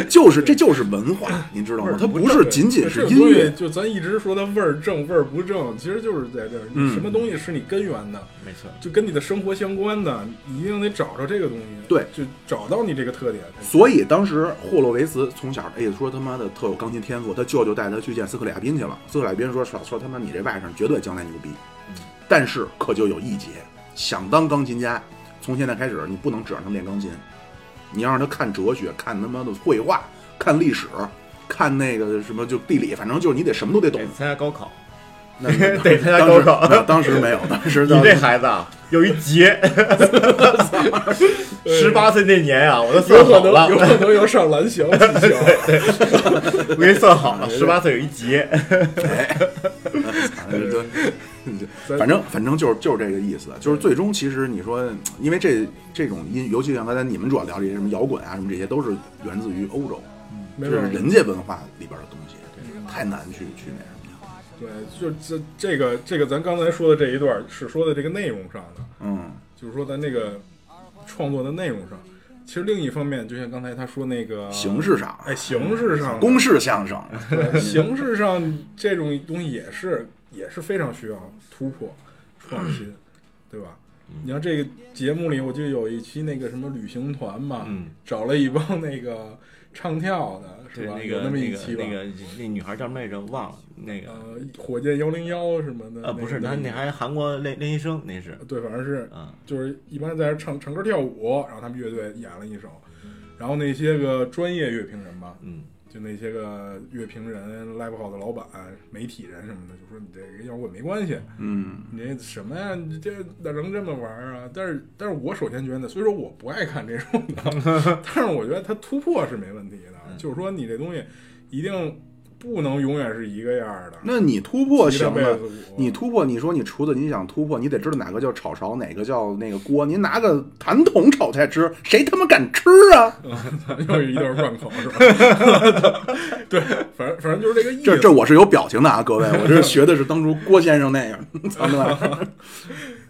就是这就是文化，您知道吗？它不是仅仅是这音东西乐，就咱一直说它味儿正味儿不正，其实就是在这儿，嗯你什么东西是你根源的，没错。就跟你的生活相关的，你一定得找着这个东西，对，就找到你这个特点。所以当时霍洛维茨从小哎说他妈的特有钢琴天赋，他舅舅带他去见斯克里亚宾去了。斯克里亚宾说说说他妈你这外甥绝对将来牛逼，但是可就有一节，想当钢琴家，从现在开始你不能指望他练钢琴，你要让他看哲学，看他妈的绘画，看历史，看那个什么就地理，反正就是你得什么都得懂得。哎参加高考，那得 得参加高考当时没有，当 时你当这时孩子啊，有一 劫。十八岁那年啊，我都算有可好能了，有可能要上蓝翔技校，我给你算好了，十八岁有一劫。对。咱反正反正就是就是这个意思，就是最终其实你说，因为这这种音，尤其像刚才你们主要聊这些什么摇滚啊什么这些，都是源自于欧洲，没就准是儿人家文化里边的东西，太难去去那什么了。对，就这这个这个咱刚才说的这一段儿是说的这个内容上的，嗯，就是说咱这个创作的内容上。其实另一方面，就像刚才他说那个形，式上，哎，形式上的，公式相声，对形式上这种东西也是也是非常需要突破创新，对吧？你像这个节目里，我就有一期那个什么旅行团嘛，嗯找了一帮那个唱跳的，是对吧？那有个那么一期那吧个那？个那女孩叫什么来着？忘了那个呃，火箭幺零幺什么的呃不是，那那个那还韩国练练习生那是，对，反正是嗯，就是一般在这唱唱歌跳舞，然后他们乐队演了一首，然后那些个专业乐评人吧，嗯，就那些个乐评人、live house 的老板、媒体人什么的，就说你这个摇滚没关系，嗯，你这什么呀？你这哪能这么玩儿啊？但是，但是我首先觉得，虽说我不爱看这种的， 但是我觉得它突破是没问题嗯的。就是说，你这东西一定不能永远是一个样儿嗯的。那你突破一大行辈了子，舞你突破，你说你厨子你想突破，你得知道哪个叫炒勺，哪个叫那个锅，您拿个痰桶炒菜吃，谁他妈敢吃啊？ 又一段贯口是吧？ 对，反正反正就是这个意思。这这我是有表情的啊，各位，我这学的是当初郭先生那样， 咱们来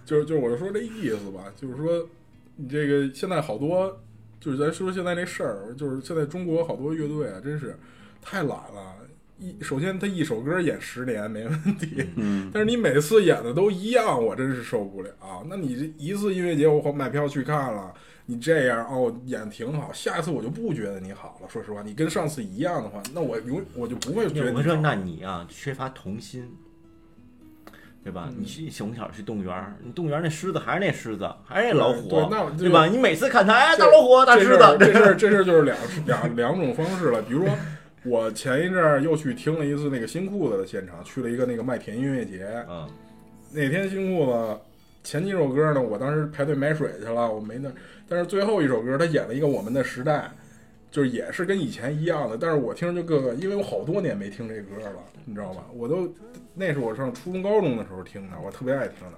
就是就是我就说这意思吧，就是说你这个现在好多，就是咱说现在这事儿，就是现在中国好多乐队啊，真是太懒了。一首先他一首歌演十年没问题，嗯， 但是你每次演的都一样，我真是受不了。啊那你这一次音乐节我买票去看了，你这样哦演挺好，下一次我就不觉得你好了。说实话，你跟上次一样的话，那我永我就不会觉得我你跟说，好。那你啊缺乏童心，对吧？你去从小去动物园儿，你动物园儿那狮子还是那狮子，还是那老虎，对那我就对吧？你每次看它，哎，这大老虎，大这狮事儿子，这事儿这事儿就是两两两种方式了。比如说，我前一阵儿又去听了一次那个新裤子的现场，去了一个那个麦田音乐节。 嗯，那天新裤子前几首歌呢，我当时排队买水去了，我没那，但是最后一首歌他演了一个《我们的时代》。就是也是跟以前一样的，但是我听着就各个，因为我好多年没听这歌了，你知道吧？我都那是我上初中高中的时候听的，我特别爱听的，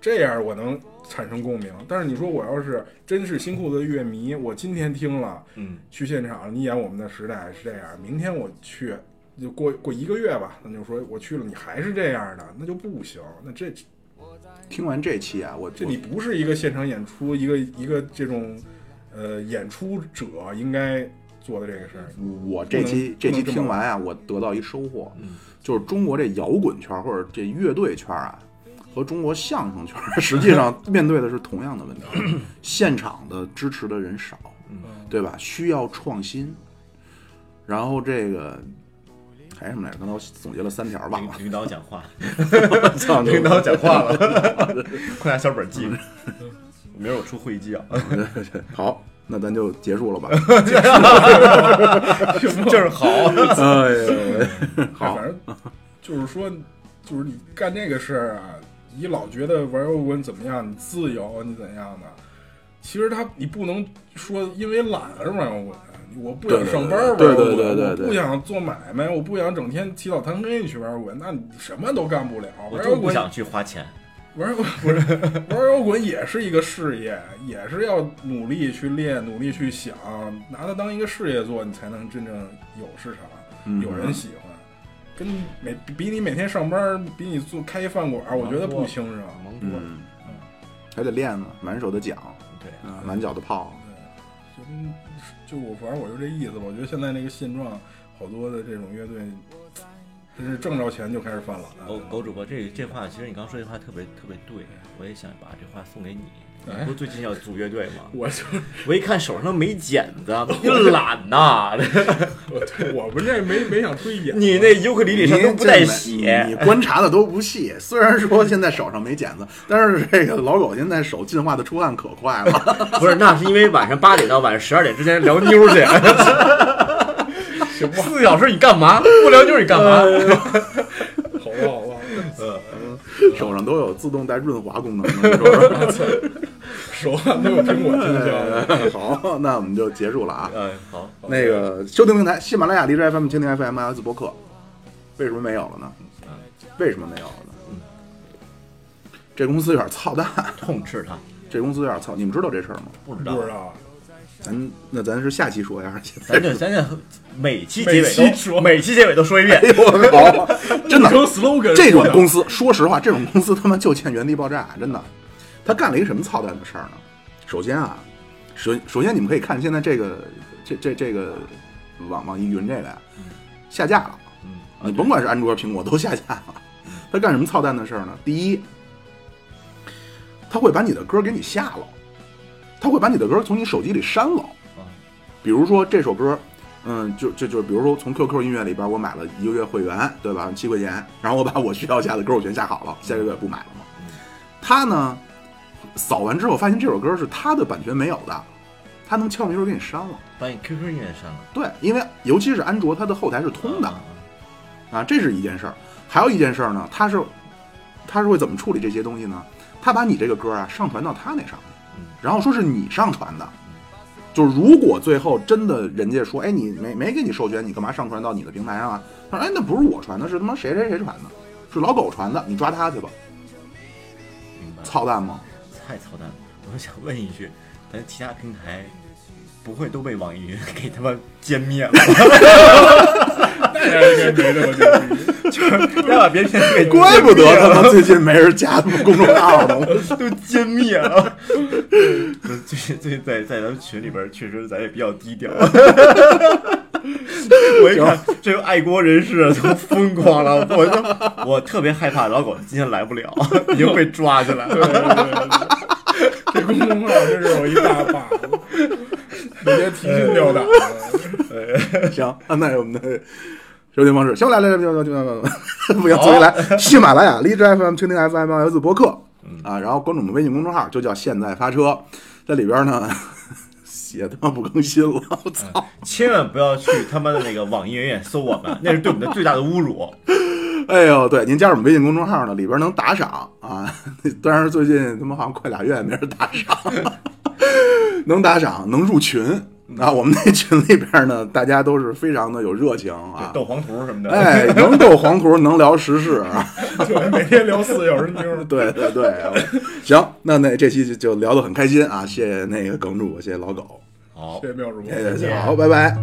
这样我能产生共鸣。但是你说我要是真是新裤子的乐迷，我今天听了，嗯，去现场你演我们的时代是这样，明天我去就过过一个月吧，那就说我去了，你还是这样的，那就不行。那这听完这期啊，我这你不是一个现场演出，一个一个这种呃演出者应该做的这个事儿。我这期不这能期这么听完啊，我得到一收获，嗯就是中国这摇滚圈或者这乐队圈啊，和中国相声圈 实际上面对的是同样的问题，现场的支持的人少，对吧？需要创新，然后这个还是什么来着？刚才我总结了三条，忘了。领领导讲话， 操你领导讲话了，快拿小本记。明儿我出会议啊， 好，那咱就结束了吧。就是好，哎呦，好反，正就是说，就是你干这个事儿啊，你老觉得玩摇滚怎么样，你自由，你怎样的？其实他你不能说因为懒而玩摇滚，啊我不想上班玩摇对滚，对对对对对对我不想做买卖，我不想整天起早贪黑去玩摇滚，那你什么都干不了。我玩就摇不滚，想去花钱。玩摇滚不是玩摇滚也是一个事业，也是要努力去练，努力去想，拿它当一个事业做，你才能真正有市场。嗯有人喜欢，跟每比比你每天上班，比你做开一饭馆儿，我觉得不轻省。蒙多了，嗯，还得练呢，满手的桨，对，啊，满脚的炮。就就我反正我就这意思吧，我觉得现在这个现状，好多的这种乐队，真是挣着钱就开始犯懒狗了。狗主播，这这话其实你刚说这话特别特别对，我也想把这话送给你。哎你不是最近要组乐队吗？我就我一看手上没剪子， 你懒呐！ 我对我们这没没想推演，你那尤克里里上都不带你血，观察的都不细。 虽然说现在手上没剪子， 但是这个老狗现在手进化的出汗可快了。 不是？那是因为晚上八点到晚上十二点之前聊妞去， 四个小时你干嘛？不聊妞你干嘛？好吧好吧，手上都有自动带润滑功 能了，你说是吧手腕都有苹果金香。哎好，那我们就结束了啊。嗯，好，那个收听平台：喜马拉雅、荔枝 FM、蜻蜓 FM、iOS 播客。为什么没有了呢？嗯为什么没有了呢？这公司有点操蛋，痛斥他，这公司有点操。你们知道这事儿吗？不知道不，知道，咱那咱是下期说呀，还是现在咱就咱就每期结每期尾说都每期结尾都说一遍哎，呦我靠！真的，成 slogan 这种公司，说实话，这种公司他妈就欠原地爆炸，真的。他干了一个什么操蛋的事儿呢？首先啊，首首先你们可以看现在这个这这这个网网易云这个呀，下架了。嗯你甭管是安卓、苹果都下架了。他干什么操蛋的事儿呢？第一，他会把你的歌给你下了，他会把你的歌从你手机里删了啊。比如说这首歌嗯，就这就是比如说从 QQ 音乐里边我买了一个月会员，对吧？七块钱，然后我把我需要下的歌我全下好了，下个月不买了嘛。他呢，扫完之后发现这首歌是他的版权没有的，他能敲门就给你删了。把你 QQ 音乐删了，对，因为尤其是安卓，它的后台是通的啊啊，这是一件事儿。还有一件事儿呢，它是它是会怎么处理这些东西呢？他把你这个歌啊上传到他那上面嗯，然后说是你上传的。就如果最后真的人家说，哎，你没没给你授权，你干嘛上传到你的平台上啊？他说，哎，那不是我传的，是他妈谁谁谁传的，是老狗传的，你抓他去吧，明白了？操蛋吗？太操蛋了！我想问一句，咱其他平台不会都被网易云 给他妈歼灭了吧？ 那哎应该没这么牛逼。要把别人 给怪不得他妈最近没人加他们公众号呢。都歼灭了。最最在在咱们群里边，确实咱也比较 低调。我一看这个爱国人士都疯狂了，我就我特别害怕老狗今天来 不了，已经被抓起来了。对对对，这公众号真是我一大把，别提心吊胆的。行，那我们的收听方式，行，来来来，不要 不要自己来，喜马拉雅、荔枝 FM、蜻蜓 FM、iOS 博客啊，然后关注我们微信公众号，就叫“现在发车”，在里边呢 写他妈不更新了，我操！千万不要去他妈的那个网易云音乐搜我们，那是对我们的最大的侮辱。哎呦，对，您加入我们微信公众号呢，里边能打赏啊，当然最近他妈好像快俩月没人打赏，能打赏能入群啊，我们那群里边呢，大家都是非常的有热情啊。斗黄图什么的，哎，能斗黄图，能聊时事啊！对，每天聊四个小时 妞， 对对对，行，那那这期就就聊得很开心啊，谢谢那个耿主播，谢谢老狗，好哎谢。谢妙主播。谢谢，好，拜拜。